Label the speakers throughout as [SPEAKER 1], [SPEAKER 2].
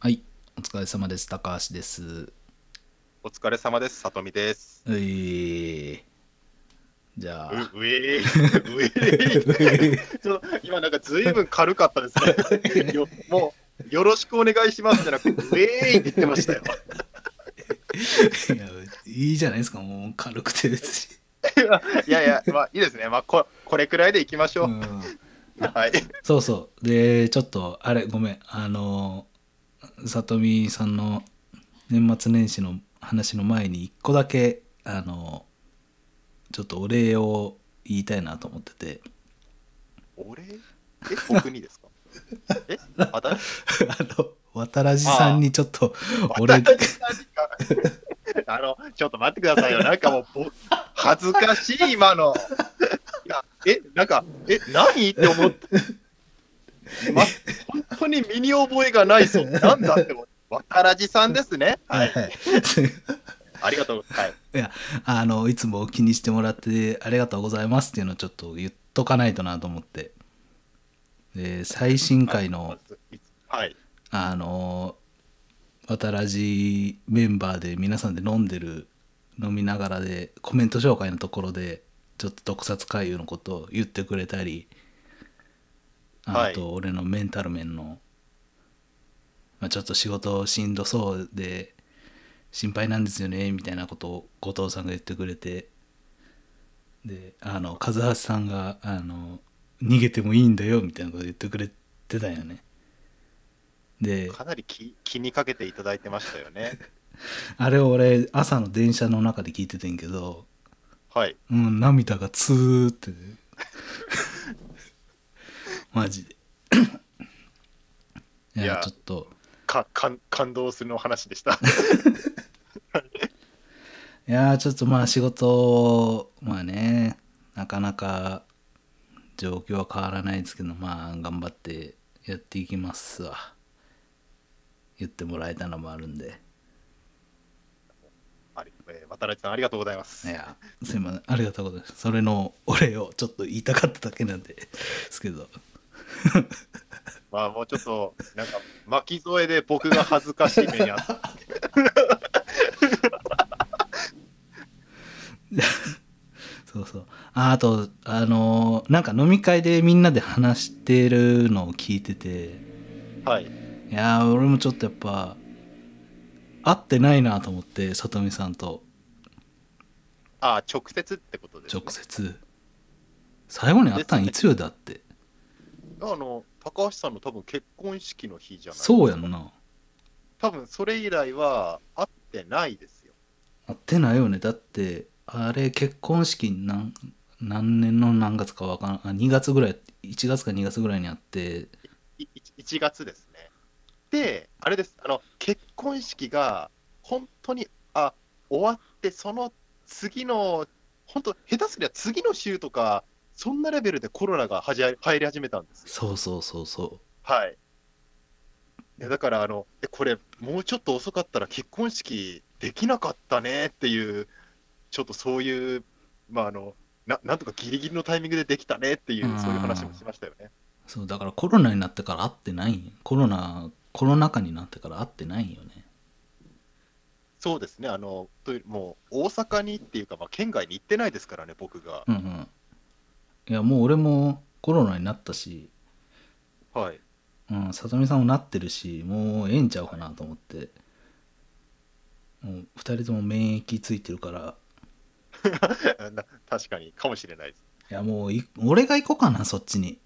[SPEAKER 1] はい、お疲れ様です。高橋です。
[SPEAKER 2] お疲れ様です。さとみです。
[SPEAKER 1] えー、じゃあ、
[SPEAKER 2] う、う えー、うえー、ちょっと今なんかずいぶん軽かったですね。よもう、よろしくお願いしますじゃなくて、うえーって言ってましたよ。
[SPEAKER 1] いや いいじゃないですか、もう軽くて別に。
[SPEAKER 2] いやいや、まあいいですね。まあこ、これくらいでいきましょ
[SPEAKER 1] う
[SPEAKER 2] う。
[SPEAKER 1] ん
[SPEAKER 2] はい。
[SPEAKER 1] そうそう。で、ちょっと、あれ、ごめん。あの、さとみさんの年末年始の話の前に、一個だけ、あの、ちょっとお礼を言いたいなと思ってて。
[SPEAKER 2] 俺え、僕にですかえ、あだ
[SPEAKER 1] あの、渡らじさんにちょっと、俺、
[SPEAKER 2] 私何か あの、ちょっと待ってくださいよ。なんかもう、ぼ恥ずかしい、今の。いやえ、なんか、え、何って思って。ま、本当に身に覚えがないそう。なんだって思って。渡らじさんですね。
[SPEAKER 1] は
[SPEAKER 2] はいい。
[SPEAKER 1] はい。
[SPEAKER 2] ありがとう。はい。
[SPEAKER 1] あの、いつも気にしてもらってありがとうございますっていうのをちょっと言っとかないとなと思って。で、最新回 の、
[SPEAKER 2] はい。
[SPEAKER 1] あの、渡らじメンバーで皆さんで飲んでる、飲みながらで、コメント紹介のところで、ちょっと特撮回遊のことを言ってくれたり、
[SPEAKER 2] は
[SPEAKER 1] あ
[SPEAKER 2] い
[SPEAKER 1] と、俺のメンタル面の、まあ、ちょっと仕事しんどそうで、心配なんですよね、みたいなことを後藤さんが言ってくれて、で、あの、和橋さんが、あの、逃げてもいいんだよ、みたいなこと言ってくれてたよね。で、
[SPEAKER 2] かなり気気にかけていただいてましたよね。
[SPEAKER 1] あれを俺朝の電車の中で聞いててんけど、
[SPEAKER 2] はい。
[SPEAKER 1] うん、涙がツーって、 ね、マジでいや
[SPEAKER 2] いや
[SPEAKER 1] ちょっと
[SPEAKER 2] か感感動するの話でした。
[SPEAKER 1] いやちょっとまあ仕事まあねなかなか状況は変わらないですけどまあ頑張ってやっていきますわ言ってもらえたのもあるんで
[SPEAKER 2] ありえー渡らじさん、ありがとうございます
[SPEAKER 1] い。やすいませんありがとうございますそれのお礼をちょっと言いたかっただけなんでですけど
[SPEAKER 2] まあもうちょっと、なんか巻き添えで僕が恥ずかしい目に あった。
[SPEAKER 1] そうそう。ああと、あのーなんか飲み会でみんなで話してるのを聞いてて、
[SPEAKER 2] はい。
[SPEAKER 1] いやー、俺もちょっとやっぱ、会ってないなと思って、さとみさんと
[SPEAKER 2] ああ、直接ってことです、ね
[SPEAKER 1] 直。接。最後に会ったんいつよだって。
[SPEAKER 2] あの、高橋さんの多分結婚式の日じゃない
[SPEAKER 1] そうやんな。
[SPEAKER 2] 多分それ以来は会ってないですよ。
[SPEAKER 1] 会ってないよね。だって、あれ、結婚式何、何年の何月かわからん、あ、2月ぐらい、1月か2月ぐらいに会って、
[SPEAKER 2] いい1月ですね。で、あれです、あの、結婚式が本当に、あ、終わって、その次の、本当、下手すりゃ次の週とか、そんなレベルでコロナがはじ入り始めたんですよ。
[SPEAKER 1] そうそうそうそ
[SPEAKER 2] はい。いやだからあの、えこれ、もうちょっと遅かったら結婚式できなかったねっていう、ちょっとそういう、まあ、あのななんとかギリギリのタイミングでできたねっていう
[SPEAKER 1] うん、
[SPEAKER 2] そういう話もしましたよね。
[SPEAKER 1] う。そう、だからコロナになってから会ってないんよコロナ、コロナ禍になってから会ってないんよね。
[SPEAKER 2] そうですね、あのというもう大阪にっていうか、まあ、県外に行ってないですからね、僕が。
[SPEAKER 1] うんうん。いや、もう俺もコロナになったし、
[SPEAKER 2] はい、
[SPEAKER 1] うん、さとみさんもなってるし、もうええんちゃうかなと思って。もう二人とも免疫ついてるから、
[SPEAKER 2] な確かに、かもしれないです。
[SPEAKER 1] いや、もうい俺が行こうかな、そっちに。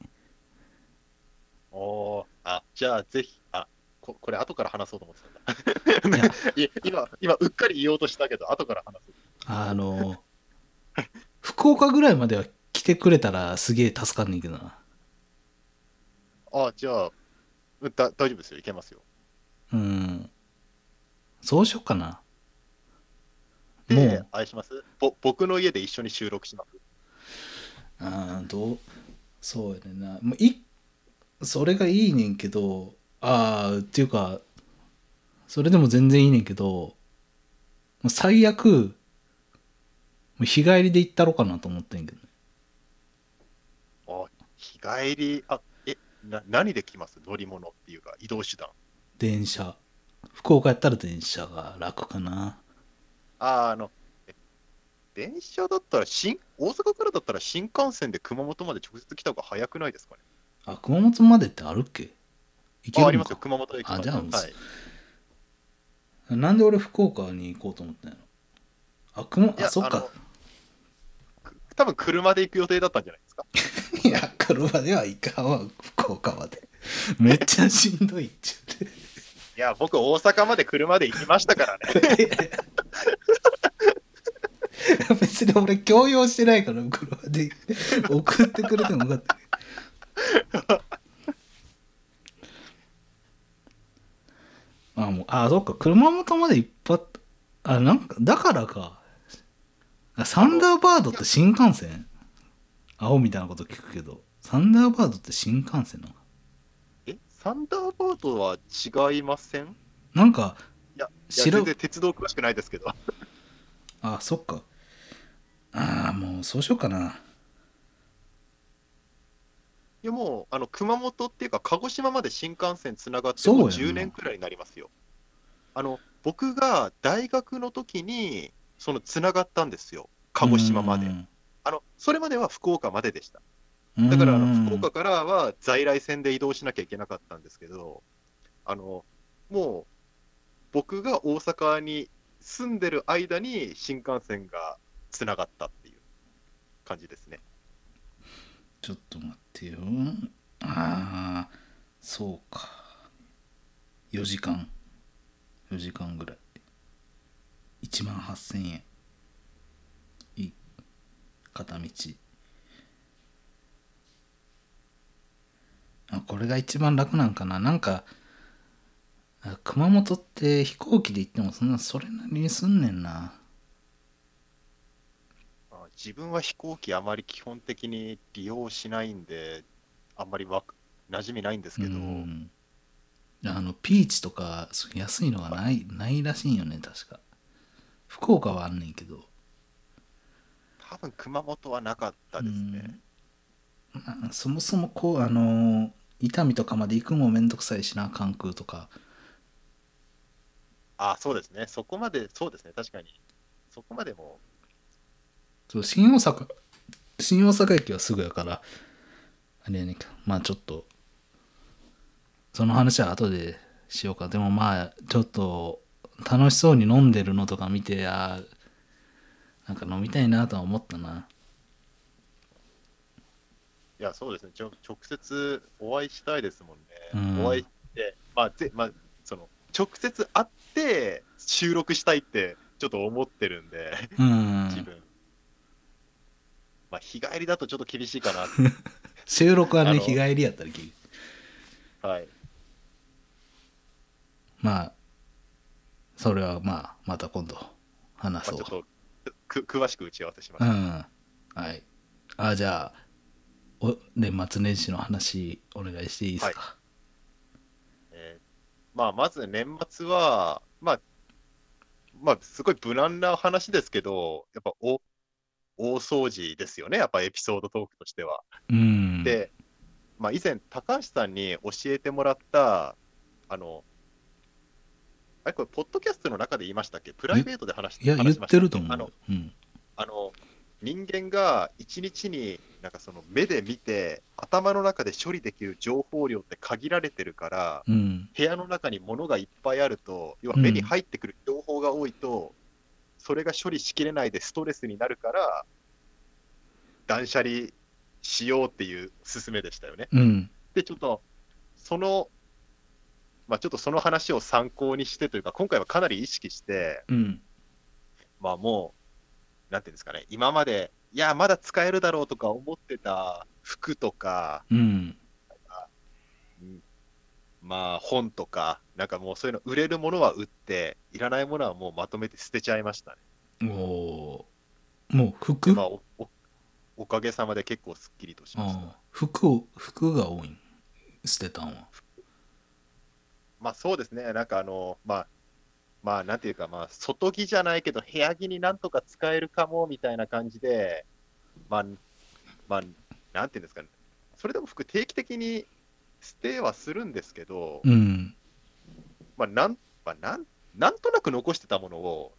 [SPEAKER 2] おーあじゃあ、ぜひ、あここれ、後から話そうと思ってたんだ。 い今、今うっかり言おうとしたけど、後から話そう。
[SPEAKER 1] あの、福岡ぐらいまでは来てくれたらすげえ助かんねんけどな。
[SPEAKER 2] あじゃあだ、大丈夫ですよ、いけますよ。
[SPEAKER 1] うん。そうしよっかな。も
[SPEAKER 2] で
[SPEAKER 1] う、、
[SPEAKER 2] あれしますぼ僕の家で一緒に収録します。
[SPEAKER 1] あーどうそうやねんな、まあ、いそれがいいねんけどああっていうかそれでも全然いいねんけどもう最悪もう日帰りで行ったろかなと思ってんけどね
[SPEAKER 2] あ日帰り、あえな何で来ます乗り物っていうか、移動手段。
[SPEAKER 1] 電車福岡やったら電車が楽かな。
[SPEAKER 2] あーあの、え電車だったら新、大阪からだったら新幹線で熊本まで直接来た方が早くないですかね。
[SPEAKER 1] あ、熊本までってあるっけ行け
[SPEAKER 2] あ、あ
[SPEAKER 1] る
[SPEAKER 2] り
[SPEAKER 1] の
[SPEAKER 2] ますよ、
[SPEAKER 1] か
[SPEAKER 2] 熊本駅まで。
[SPEAKER 1] あじゃあ
[SPEAKER 2] はい、
[SPEAKER 1] なんで俺福岡に行こうと思ったんやろ。あ、熊、
[SPEAKER 2] いや
[SPEAKER 1] あ、そっか。
[SPEAKER 2] あのく多分車で行く予定だったんじゃないですか。
[SPEAKER 1] いや、車では行かんわ、福岡まで。めっちゃしんどいっちゃって。
[SPEAKER 2] いや、僕、大阪まで車で行きましたからね。
[SPEAKER 1] 別に俺強要してないから車で送ってくれてもよかったあもうあそっか熊本まで一発あなんかだからかあサンダーバードって新幹線青みたいなこと聞くけどサンダーバードって新幹線なの
[SPEAKER 2] え、サンダーバードは違いませんい
[SPEAKER 1] なんか
[SPEAKER 2] や、いや
[SPEAKER 1] 白
[SPEAKER 2] 全然鉄道詳しくないですけど。
[SPEAKER 1] あそっかああもうそうしようかない
[SPEAKER 2] や、もう、あの、熊本っていうか、鹿児島まで新幹線つながって、
[SPEAKER 1] そうや
[SPEAKER 2] も
[SPEAKER 1] ん
[SPEAKER 2] う
[SPEAKER 1] な
[SPEAKER 2] 10年くらいになりますよ。あの、僕が大学の時に、その、つながったんですよ。鹿児島まで。あの、それまでは福岡まででした。
[SPEAKER 1] うん
[SPEAKER 2] だからあ
[SPEAKER 1] う
[SPEAKER 2] の
[SPEAKER 1] ん
[SPEAKER 2] 福岡からは在来線で移動しなきゃいけなかったんですけど、あのもう僕が大阪に住んでる間に新幹線がつながったっていう感じですね。
[SPEAKER 1] ちょっと待ってよ。ああ、そうか。4時間。4時間ぐらい。1万8000円。い片道。あこれが一番楽なんかな。なんか、あ熊本って飛行機で行ってもそんなそれなりにすんねんな。
[SPEAKER 2] あ自分は飛行機あまり基本的に利用しないんで、あんまりわか馴染みないんですけど、
[SPEAKER 1] うんあのピーチとかそう安いのがないないらしいよね確か福岡はあんねんけど
[SPEAKER 2] 多分熊本はなかったですね。
[SPEAKER 1] うんまあそもそもこうあの伊丹とかまで行くのもめんどくさいしな関空とか
[SPEAKER 2] あそうですね。そこまで、そうですね。確かに。そこまでも
[SPEAKER 1] そう新大阪新大阪駅はすぐやからあれやねんかまあちょっとその話は後でしようかでもまあちょっと楽しそうに飲んでるのとか見てあーなんか飲みたいなとは思ったない
[SPEAKER 2] や、そうですね、ちょ直接お会いしたいですもんね。
[SPEAKER 1] うん
[SPEAKER 2] お会いして、まあぜまあ、その直接会って収録したいってちょっと思ってるんで、
[SPEAKER 1] うん
[SPEAKER 2] 自分。まあ、日帰りだとちょっと厳しいか なって、
[SPEAKER 1] 収録は
[SPEAKER 2] あ
[SPEAKER 1] ね
[SPEAKER 2] の
[SPEAKER 1] 日帰りやったらき
[SPEAKER 2] はい、
[SPEAKER 1] まあそれはまあまた今度
[SPEAKER 2] まあ、
[SPEAKER 1] 話
[SPEAKER 2] ち
[SPEAKER 1] そ
[SPEAKER 2] ょ
[SPEAKER 1] う
[SPEAKER 2] っとくく詳しく打ち合わせしま
[SPEAKER 1] う
[SPEAKER 2] す。
[SPEAKER 1] んはいあじゃあお年末年始の話お願いしていいですか、
[SPEAKER 2] えーまあ、まず年末は、まあ、まあ、すごい無難な話ですけど、やっぱお大掃除ですよね、やっぱエピソードトークとしては。
[SPEAKER 1] うん
[SPEAKER 2] で、まあ、以前、高橋さんに教えてもらった、あの、あれ、これ、ポッドキャストの中で言いましたっけプライベートで話し
[SPEAKER 1] いや
[SPEAKER 2] 話
[SPEAKER 1] 言
[SPEAKER 2] しま
[SPEAKER 1] っ
[SPEAKER 2] した
[SPEAKER 1] てると思う
[SPEAKER 2] あの、
[SPEAKER 1] うん、
[SPEAKER 2] あの人間が一日になんかその目で見て、頭の中で処理できる情報量って限られてるから、
[SPEAKER 1] うん、
[SPEAKER 2] 部屋の中に物がいっぱいあると、要は
[SPEAKER 1] うん
[SPEAKER 2] 目に入ってくる情報が多いと、それが処理しきれないでストレスになるから、断捨離しようっていう勧めでしたよね。
[SPEAKER 1] うん
[SPEAKER 2] で、ちょっと、その、まあ、ちょっとその話を参考にしてというか、今回はかなり意識して、
[SPEAKER 1] うん
[SPEAKER 2] まあ、もう、なんていうんですかね、今まで、いや、まだ使えるだろうとか思ってた服とか、
[SPEAKER 1] うん
[SPEAKER 2] うんまあ、本とか、なんかもうそういうの、売れるものは売って、いらないものはもうまとめて捨てちゃいましたね。
[SPEAKER 1] おーもう服、
[SPEAKER 2] でまあ、おおおかげさまで結構すっきりとしました。
[SPEAKER 1] あー服を服が多いん捨てたんは
[SPEAKER 2] まあそうですね、なんかあの、まあ、まあなんていうか、まあ外着じゃないけど、部屋着になんとか使えるかもみたいな感じで、まあ、まあ、なんていうんですかね、それでも服、定期的に捨てはするんですけど、
[SPEAKER 1] うん
[SPEAKER 2] まあなんぱなん、なんとなく残してたものを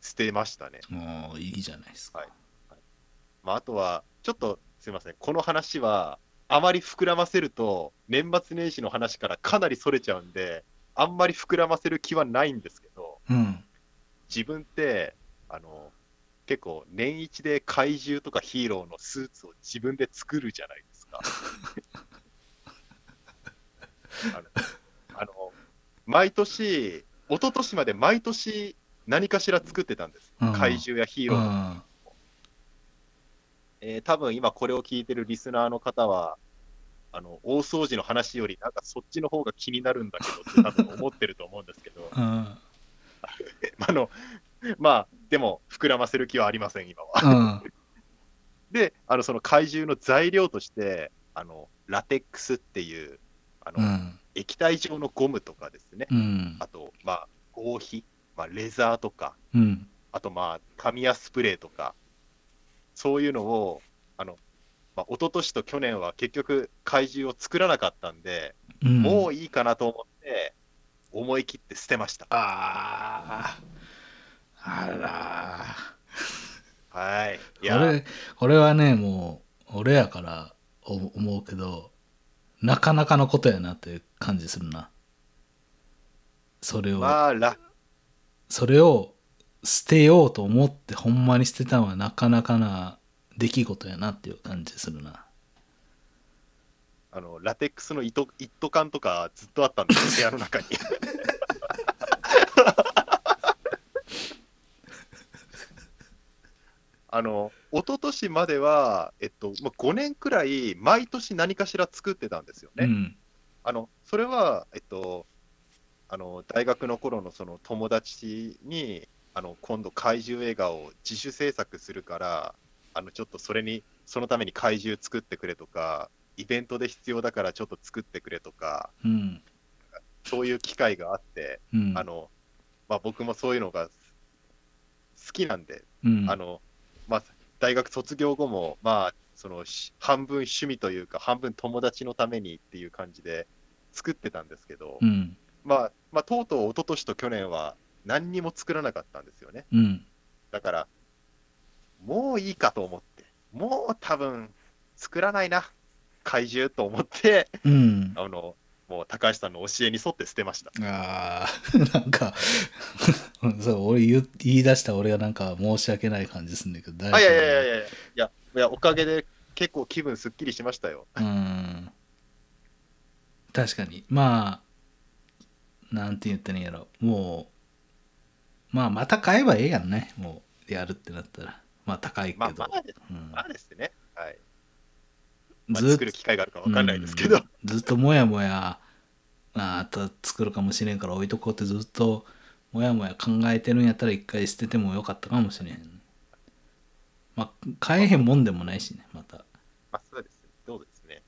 [SPEAKER 2] 捨てましたね。
[SPEAKER 1] もういいじゃないですか。
[SPEAKER 2] はいまあ、あとは、ちょっとすみません、この話は、あまり膨らませると、年末年始の話からかなりそれちゃうんで、あんまり膨らませる気はないんですけど、
[SPEAKER 1] うん。
[SPEAKER 2] 自分って、あの、結構、年一で怪獣とかヒーローのスーツを自分で作るじゃな いですか。あの、あの毎年、一昨年まで毎年、何かしら作ってたんです。
[SPEAKER 1] うん、
[SPEAKER 2] 怪獣やヒーローのえー多分今これを聞いてるリスナーの方は、あの、大掃除の話より、なんかそっちの方が気になるんだけどって多分思ってると思うんですけど
[SPEAKER 1] うん。
[SPEAKER 2] あの、まあ、でも膨らませる気はありません、今は。
[SPEAKER 1] うん。
[SPEAKER 2] で、あの、その怪獣の材料として、あの、ラテックスっていう、あ
[SPEAKER 1] う
[SPEAKER 2] の、
[SPEAKER 1] ん。
[SPEAKER 2] 液体状のゴムとかですね。
[SPEAKER 1] うん
[SPEAKER 2] あ。と、まあ、合皮、まあ、レザーとか、
[SPEAKER 1] うん。
[SPEAKER 2] あとまあ、紙やスプレーとか、そういうのを、あの、まあ、一昨年と去年は結局怪獣を作らなかったんで、
[SPEAKER 1] うん。
[SPEAKER 2] もういいかなと思って、思い切って捨てました。
[SPEAKER 1] ああ。あら
[SPEAKER 2] はい。い
[SPEAKER 1] ー。
[SPEAKER 2] や、
[SPEAKER 1] 俺、これはね、もう、俺やからお思うけど、なかなかのことやなという感じするな。それを、
[SPEAKER 2] まあ、ら、
[SPEAKER 1] それを捨てようと思ってほんまに捨てたのはなかなかな出来事やなっていう感じするな。
[SPEAKER 2] あの、ラテックスの糸、一斗缶とかずっとあったんですよ、部屋の中に。 あの、一昨年までは、えっと、まあ、5年くらい、毎年何かしら作ってたんですよね。
[SPEAKER 1] うん。
[SPEAKER 2] あのそれは、えっと、あの大学の頃のその友達にあの今度、怪獣映画を自主制作するから、あのちょっとそれにそのために怪獣作ってくれとか、イベントで必要だからちょっと作ってくれとか、
[SPEAKER 1] うん。
[SPEAKER 2] そういう機会があって、
[SPEAKER 1] うん。
[SPEAKER 2] あのまあ、僕もそういうのが好きなんで、
[SPEAKER 1] うん、
[SPEAKER 2] あのまあ、大学卒業後も、まあ、そのし半分趣味というか、半分友達のためにっていう感じで作ってたんですけど、
[SPEAKER 1] うん。
[SPEAKER 2] まあまあ、とうとう一昨年と去年は何にも作らなかったんですよね。
[SPEAKER 1] うん。
[SPEAKER 2] だから、もういいかと思って、もう多分作らないな、怪獣と 思って、
[SPEAKER 1] うん。
[SPEAKER 2] あのもう高橋さんの教えに沿って捨てました。
[SPEAKER 1] ああ、 なんか、そう、俺言う言い出した俺がなんか申し訳ない感じすんだけど、大
[SPEAKER 2] あいやいやいや
[SPEAKER 1] や。
[SPEAKER 2] いやいやいや、いやおかげで結構気分すっきりしましたよ。
[SPEAKER 1] うん。確かに。まあ、なんて言ったらいいんやろ。もう、まあ、また買えばええやんね。もう、やるってなったら。まあ、高いけど。
[SPEAKER 2] まあ、まあです、
[SPEAKER 1] うん
[SPEAKER 2] まあですね。はい。まあ、
[SPEAKER 1] ずっ
[SPEAKER 2] 作る機会があるかわかんないですけど、
[SPEAKER 1] うんずっともやもやああと作るかもしれんから置いとこうってずっともやもや考えてるんやったら一回捨ててもよかったかもしれへんまあ買えへんもんでもないしねまた
[SPEAKER 2] まあそうですね、どうですね。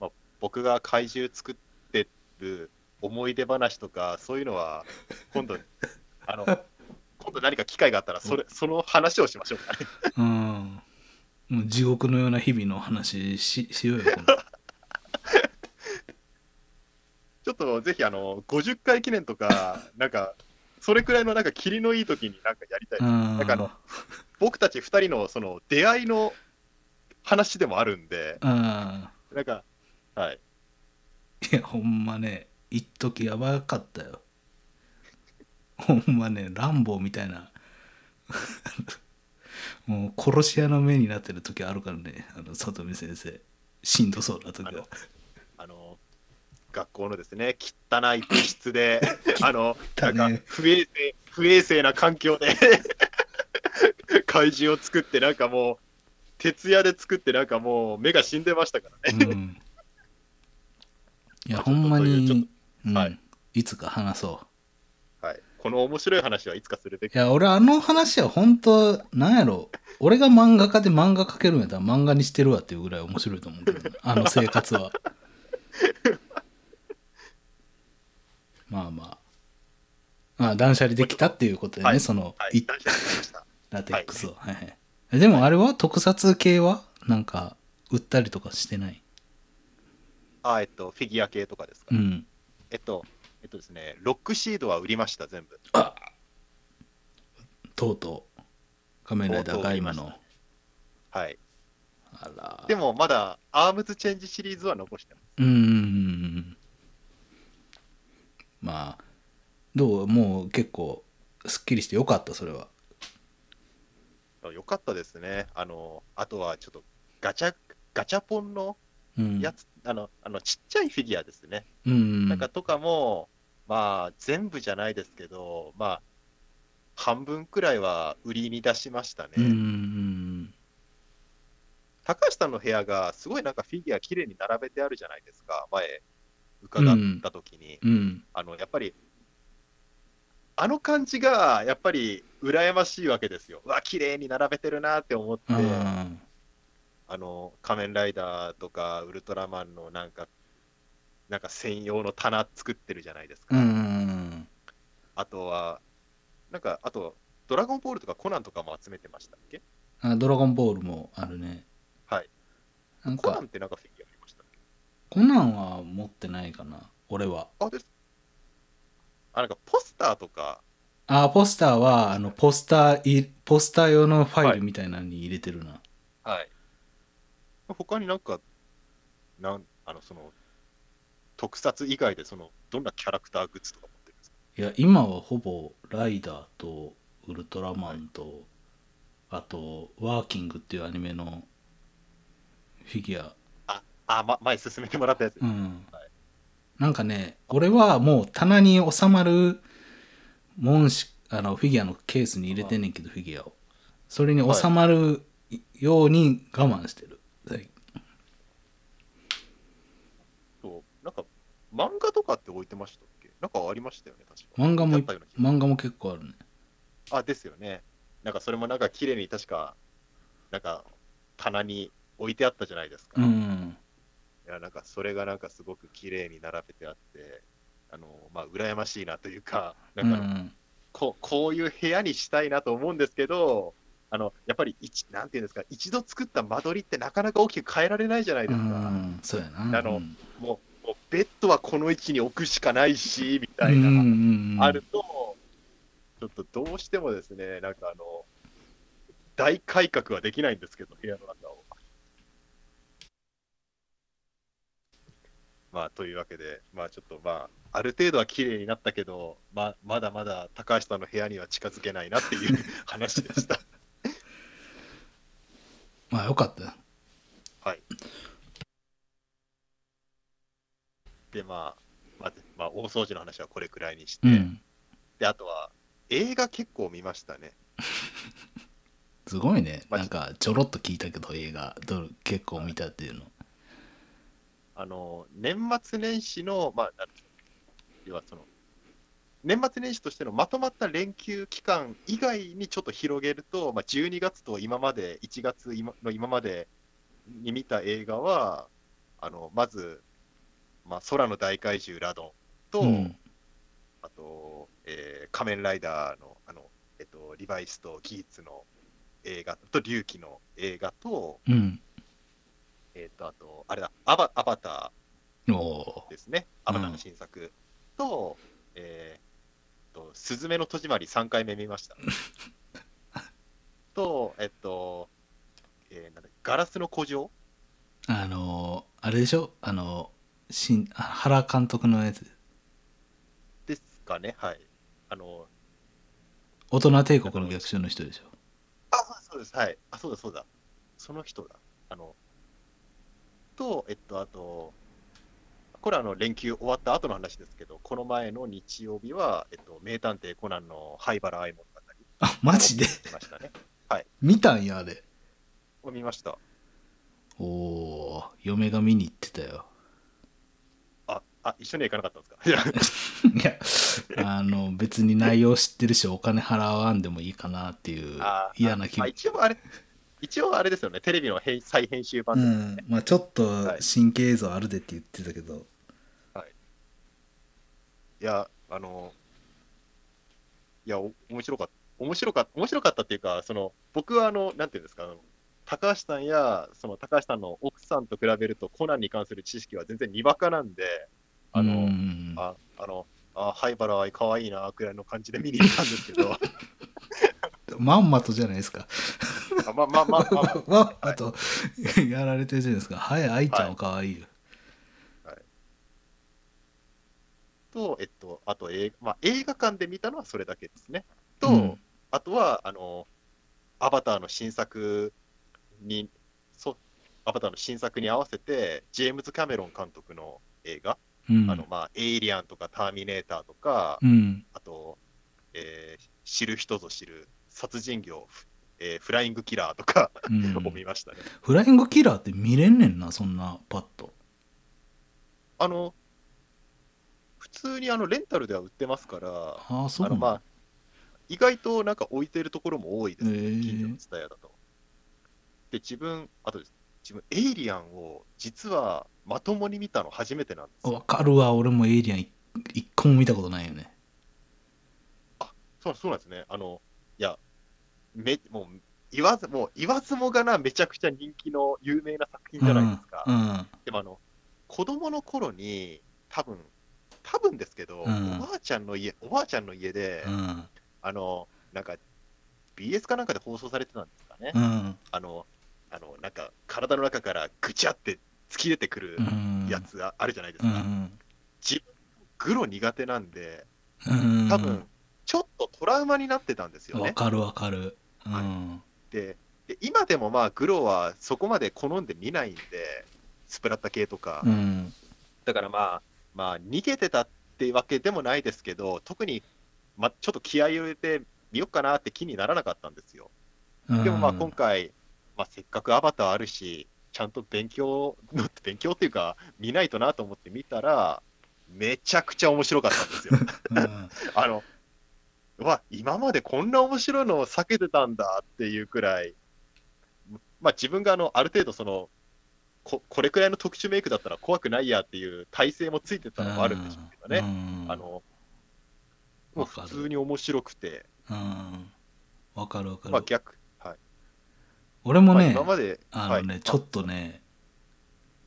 [SPEAKER 2] まあ、僕が怪獣作ってる思い出話とか、そういうのは、今度、あの、今度何か機会があったら、それ、その話をしましょうかね。
[SPEAKER 1] うんもう地獄のような日々の話ししようよ 今
[SPEAKER 2] ちょっとぜひ、あの、50回記念とか、なんか、それくらいのなんか、霧のいい時になんかやりたい。
[SPEAKER 1] 度
[SPEAKER 2] なんかあの僕たち2人のその出会いの話でもあるんで、
[SPEAKER 1] うん
[SPEAKER 2] なんか、はい。
[SPEAKER 1] いやほんまね一時やばかったよほんまねランボーみたいな もう殺し屋の目になってる時あるからねあの里見先生しんどそうな時
[SPEAKER 2] あ
[SPEAKER 1] は
[SPEAKER 2] のあの学校のですね、汚い部室 で、あの
[SPEAKER 1] 汚
[SPEAKER 2] ないんか不衛生不衛生な環境で 怪獣を作って、なんかもう、徹夜で作って、なんかもう、目が死んでましたからね。
[SPEAKER 1] うんいや
[SPEAKER 2] あ
[SPEAKER 1] ほんま
[SPEAKER 2] ちょっとそういう
[SPEAKER 1] に
[SPEAKER 2] ち、
[SPEAKER 1] うん
[SPEAKER 2] はい
[SPEAKER 1] いつか話そう
[SPEAKER 2] はい、この面白い話はいつかするべき
[SPEAKER 1] いや俺あの話は本当なんやろ俺が漫画家で漫画描けるんやったら漫画にしてるわっていうぐらい面白いと思うけど ね、あの生活はまあまあまあ断捨離できたっていうことでね、
[SPEAKER 2] はい
[SPEAKER 1] その、
[SPEAKER 2] はいい、大事にしました。
[SPEAKER 1] ラテックスを、はいはいえでもあれは特撮系はなんか売ったりとかしてない
[SPEAKER 2] あえっと、フィギュア系とかですか、
[SPEAKER 1] うん
[SPEAKER 2] えっと、ええっとですね、ロックシードは売りました、全部。
[SPEAKER 1] とうとう仮面ライダーガイマの
[SPEAKER 2] はい。
[SPEAKER 1] あら
[SPEAKER 2] でも、まだ、アームズチェンジシリーズは残してます。
[SPEAKER 1] うーんまあどうもう結構すっきりしてよかったそれは
[SPEAKER 2] よかったですね。あの、あとは、ちょっと、ガチャ、ガチャポンの
[SPEAKER 1] うん
[SPEAKER 2] やつ、あの、あの、ちっちゃいフィギュアですね。
[SPEAKER 1] うん
[SPEAKER 2] なんかとかも、まあ、全部じゃないですけど、まあ、半分くらいは売りに出しましたね。
[SPEAKER 1] うん
[SPEAKER 2] 高橋さんの部屋が、すごいなんかフィギュア綺麗に並べてあるじゃないですか、前、伺った時に。
[SPEAKER 1] うん
[SPEAKER 2] あの、やっぱり、あの感じが、やっぱり、羨ましいわけですよ。うわ、綺麗に並べてるなって思って、あ
[SPEAKER 1] あ
[SPEAKER 2] の、仮面ライダーとか、ウルトラマンのなんか、なんか専用の棚作ってるじゃないです
[SPEAKER 1] ーう
[SPEAKER 2] か。
[SPEAKER 1] ん
[SPEAKER 2] あとは、なんか、あと、ドラゴンボールとかコナンとかも集めてましたっけ
[SPEAKER 1] あドラゴンボールもあるね
[SPEAKER 2] はい
[SPEAKER 1] なん
[SPEAKER 2] コナン
[SPEAKER 1] か
[SPEAKER 2] ってなんかフィギュアありましたっけ
[SPEAKER 1] コナンは持ってないかな俺は
[SPEAKER 2] あ、です。あ、なんかポスターとか、
[SPEAKER 1] あポスターはあのポスターいポスター用のファイルみたいなのに入れてるな、
[SPEAKER 2] はい。他になんか、なん、あの、その、特撮以外で、その、どんなキャラクターグッズとか持ってるんですか
[SPEAKER 1] いや今はほぼライダーとウルトラマンと、あと「ワーキング」っていうアニメのフィギュア
[SPEAKER 2] あ、ま、前進めてもらったやつ。
[SPEAKER 1] うん、
[SPEAKER 2] は
[SPEAKER 1] なんかね俺はもう棚に収まるもんしあのフィギュアのケースに入れてんねんけどフィギュアをそれに収まるように我慢してる、はい
[SPEAKER 2] そうなんか、漫画とかって置いてましたっけなんかありましたよね、確か。
[SPEAKER 1] 漫画もい
[SPEAKER 2] あったような気が
[SPEAKER 1] 漫画も結構あるね
[SPEAKER 2] あ、ですよね。なんか、それもなんか、綺麗に確か、なんか、棚に置いてあったじゃないですか。
[SPEAKER 1] う
[SPEAKER 2] い
[SPEAKER 1] ん
[SPEAKER 2] や、なんか、それがなんか、すごく綺麗に並べてあって、あの、まあ、羨ましいなというか、な
[SPEAKER 1] うん
[SPEAKER 2] か、
[SPEAKER 1] ん
[SPEAKER 2] こうこういう部屋にしたいなと思うんですけど、あのやっぱり一、なんていうんですか、一度作った間取りってなかなか大きく変えられないじゃないで
[SPEAKER 1] う
[SPEAKER 2] すか、
[SPEAKER 1] んそうやな
[SPEAKER 2] あの
[SPEAKER 1] うん
[SPEAKER 2] もうもうベッドはこの位置に置くしかないし、みた
[SPEAKER 1] う
[SPEAKER 2] い
[SPEAKER 1] んう
[SPEAKER 2] な、
[SPEAKER 1] んうん
[SPEAKER 2] あると、ちょっとどうしてもですね、なんかあの、大改革はできないんですけど、部屋の中を。まあ、というわけで、まあちょっとまあ、ある程度は綺麗になったけど、まあ、まだまだ高橋さんの部屋には近づけないなって いう話でした。
[SPEAKER 1] まあよかったよ
[SPEAKER 2] で、まあ、まあ、まあ、大掃除の話はこれくらいにして、
[SPEAKER 1] うん
[SPEAKER 2] で、あとは、映画結構見ましたね。
[SPEAKER 1] すごいね
[SPEAKER 2] まあ
[SPEAKER 1] なんかちょろっと聞いたけど映画どれ結構見たっていうの
[SPEAKER 2] あの年末年始の、まあ、なん要はその年末年始としてのまとまった連休期間以外にちょっと広げると、まあ、12月と今まで、1月今の今までに見た映画は、あのまず、まあ、空の大怪獣ラドンと、
[SPEAKER 1] うん
[SPEAKER 2] あと、えー仮面ライダーのあの、えっと、リバイスとギーツの映画と、龍騎の映画と、
[SPEAKER 1] うん
[SPEAKER 2] えっとあと、あれだ、アバアバター。
[SPEAKER 1] おお
[SPEAKER 2] ですね、アバターの新作、と、えー、と、すずめの戸締まり3回目見ま した。と、えっと、えーなんだガラスの古城
[SPEAKER 1] あのーあれでしょあのーしんあ原監督のやつ
[SPEAKER 2] ですかね、はい。あの、
[SPEAKER 1] 大人帝国の逆襲の人でしょ
[SPEAKER 2] あ、そうです、はい。あ、そうだ、そうだ。その人だ。あの、と、えっと、あと、これはあの連休終わった後の話ですけど、この前の日曜日は、えっと、名探偵コナンの灰原愛物語
[SPEAKER 1] あマジで
[SPEAKER 2] 見ましたね。
[SPEAKER 1] 見たんやあれ
[SPEAKER 2] これ見ました。
[SPEAKER 1] おおー嫁が見に行ってたよ
[SPEAKER 2] あ、あ、一緒には行かなかったんですか
[SPEAKER 1] い
[SPEAKER 2] いや
[SPEAKER 1] やあの別に内容知ってるしお金払わんでもいいかなって いう
[SPEAKER 2] あー
[SPEAKER 1] 嫌な気
[SPEAKER 2] まあ
[SPEAKER 1] 分
[SPEAKER 2] 一応あれ、一応あれですよね、テレビの編再編集版
[SPEAKER 1] う
[SPEAKER 2] で、
[SPEAKER 1] んまあちょっと
[SPEAKER 2] はい
[SPEAKER 1] 神経映像あるでって言ってたけど
[SPEAKER 2] いや、あの、いや、お面白かった、面白かった、面白かったっていうか、その、僕はあの、なんていうんですか、あの高橋さんや、その高橋さんの奥さんと比べると、コナンに関する知識は全然にわかなんで、あの、
[SPEAKER 1] うん
[SPEAKER 2] ああの、あ灰原愛可愛いな、くらいの感じで見に行ったんです けど、
[SPEAKER 1] まんまとじゃないですか。
[SPEAKER 2] あまあまあまあまあ、
[SPEAKER 1] まんまとやられてるじゃないですか。はい、愛ちゃんは可愛いよ。
[SPEAKER 2] と、えっと、あと映,、まあ、映画館で見たのはそれだけですね。と、
[SPEAKER 1] うん
[SPEAKER 2] あとは、あの、アバターの新作に、そアバターの新作に合わせて、ジェームズ・キャメロン監督の映画、
[SPEAKER 1] うん。
[SPEAKER 2] あの、まあ、エイリアンとかターミネーターとか、
[SPEAKER 1] うん。
[SPEAKER 2] あと、えー知る人ぞ知る殺人業、えーフライングキラーとか
[SPEAKER 1] う
[SPEAKER 2] を
[SPEAKER 1] ん
[SPEAKER 2] 見ましたね。
[SPEAKER 1] フライングキラーって見れんねんな、そんなパッと。
[SPEAKER 2] あの、普通にあのレンタルでは売ってますから、
[SPEAKER 1] ああ、そう
[SPEAKER 2] あ
[SPEAKER 1] な
[SPEAKER 2] の
[SPEAKER 1] ん
[SPEAKER 2] まあ、意外となんか置いてるところも多いですね、
[SPEAKER 1] へー
[SPEAKER 2] 近所の蔦屋だと。で、自分、あとです、自分、エイリアンを実はまともに見たの初めてなんですよ。
[SPEAKER 1] わかるわ、俺もエイリアン一一個も見たことないよね。
[SPEAKER 2] そうそうなんですね。あの、いや、めもう言わず、もう言わずもがな、めちゃくちゃ人気の有名な作品じゃないですか。
[SPEAKER 1] うん。
[SPEAKER 2] でもあの、子供の頃に、多分多分ですけど、
[SPEAKER 1] うん
[SPEAKER 2] おばあちゃんの家、おばあちゃんの家で、
[SPEAKER 1] うん。
[SPEAKER 2] あの、なんか、BS かなんかで放送されてたんですかね。
[SPEAKER 1] うん。
[SPEAKER 2] あの、あの、なんか、体の中からぐちゃって突き出てくる
[SPEAKER 1] うん。
[SPEAKER 2] やつがあるじゃないです
[SPEAKER 1] う
[SPEAKER 2] か。
[SPEAKER 1] ん。
[SPEAKER 2] 自分、グロ苦手なんで、
[SPEAKER 1] うん。
[SPEAKER 2] 多分、ちょっとトラウマになってたんですよ
[SPEAKER 1] わ
[SPEAKER 2] ね。
[SPEAKER 1] かるわかる。うん。
[SPEAKER 2] でで今でもまあ、グロはそこまで好んで見ないんで、スプラッタ系とか。
[SPEAKER 1] うん。
[SPEAKER 2] だからまあ、まあ、逃げてたってわけでもないですけど、特に、まあ、ちょっと気合を入れてみようかなって気にならなかったんですよ。
[SPEAKER 1] うん
[SPEAKER 2] でもまあ今回、まあ、せっかくアバターあるし、ちゃんと勉強、勉強っていうか、見ないとなと思って見たら、めちゃくちゃ面白かったんですよ。
[SPEAKER 1] うん
[SPEAKER 2] あの、うわ、今までこんな面白いのを避けてたんだっていうくらい、まあ自分があの、ある程度その、ここれくらいの特殊メイクだったら怖くないやっていう体勢もついてたのもあるんでしょうけどね。
[SPEAKER 1] うん
[SPEAKER 2] あの、もう
[SPEAKER 1] わか
[SPEAKER 2] 普
[SPEAKER 1] る
[SPEAKER 2] 通に面白くて、
[SPEAKER 1] うん。わかるわかる。
[SPEAKER 2] まあ逆、はい。
[SPEAKER 1] 俺も
[SPEAKER 2] まあ
[SPEAKER 1] ね、
[SPEAKER 2] 今まで、
[SPEAKER 1] あ
[SPEAKER 2] は
[SPEAKER 1] の
[SPEAKER 2] い
[SPEAKER 1] ね、ちょっとね、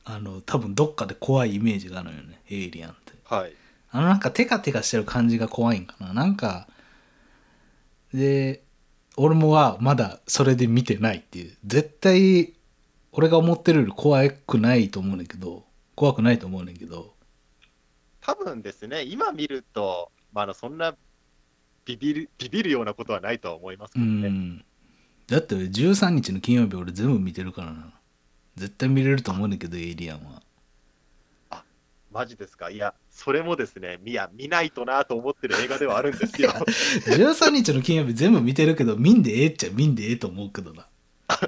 [SPEAKER 1] あの、多分どっかで怖いイメージがあるのよね、エイリアンって。
[SPEAKER 2] はい。
[SPEAKER 1] あの、なんかテカテカしてる感じが怖いんかな。なんか、で、俺もはまだそれで見てないっていう。絶対、俺が思ってるより怖くないと思うねんだけど、怖くないと思うねんだけど、
[SPEAKER 2] 多分ですね、今見ると、まあ、あのそんなビビるビビるようなことはないとは思いますけ
[SPEAKER 1] う
[SPEAKER 2] どね。
[SPEAKER 1] ん。だって俺13日の金曜日俺全部見てるからな。絶対見れると思うねんだけど、エイリアンは。
[SPEAKER 2] マジですかいや、それもですね、いや、見ないとなと思ってる映画ではあるんで すよ。
[SPEAKER 1] 13日の金曜日全部見てるけど、見んでええっちゃ見んでええと思うけどな。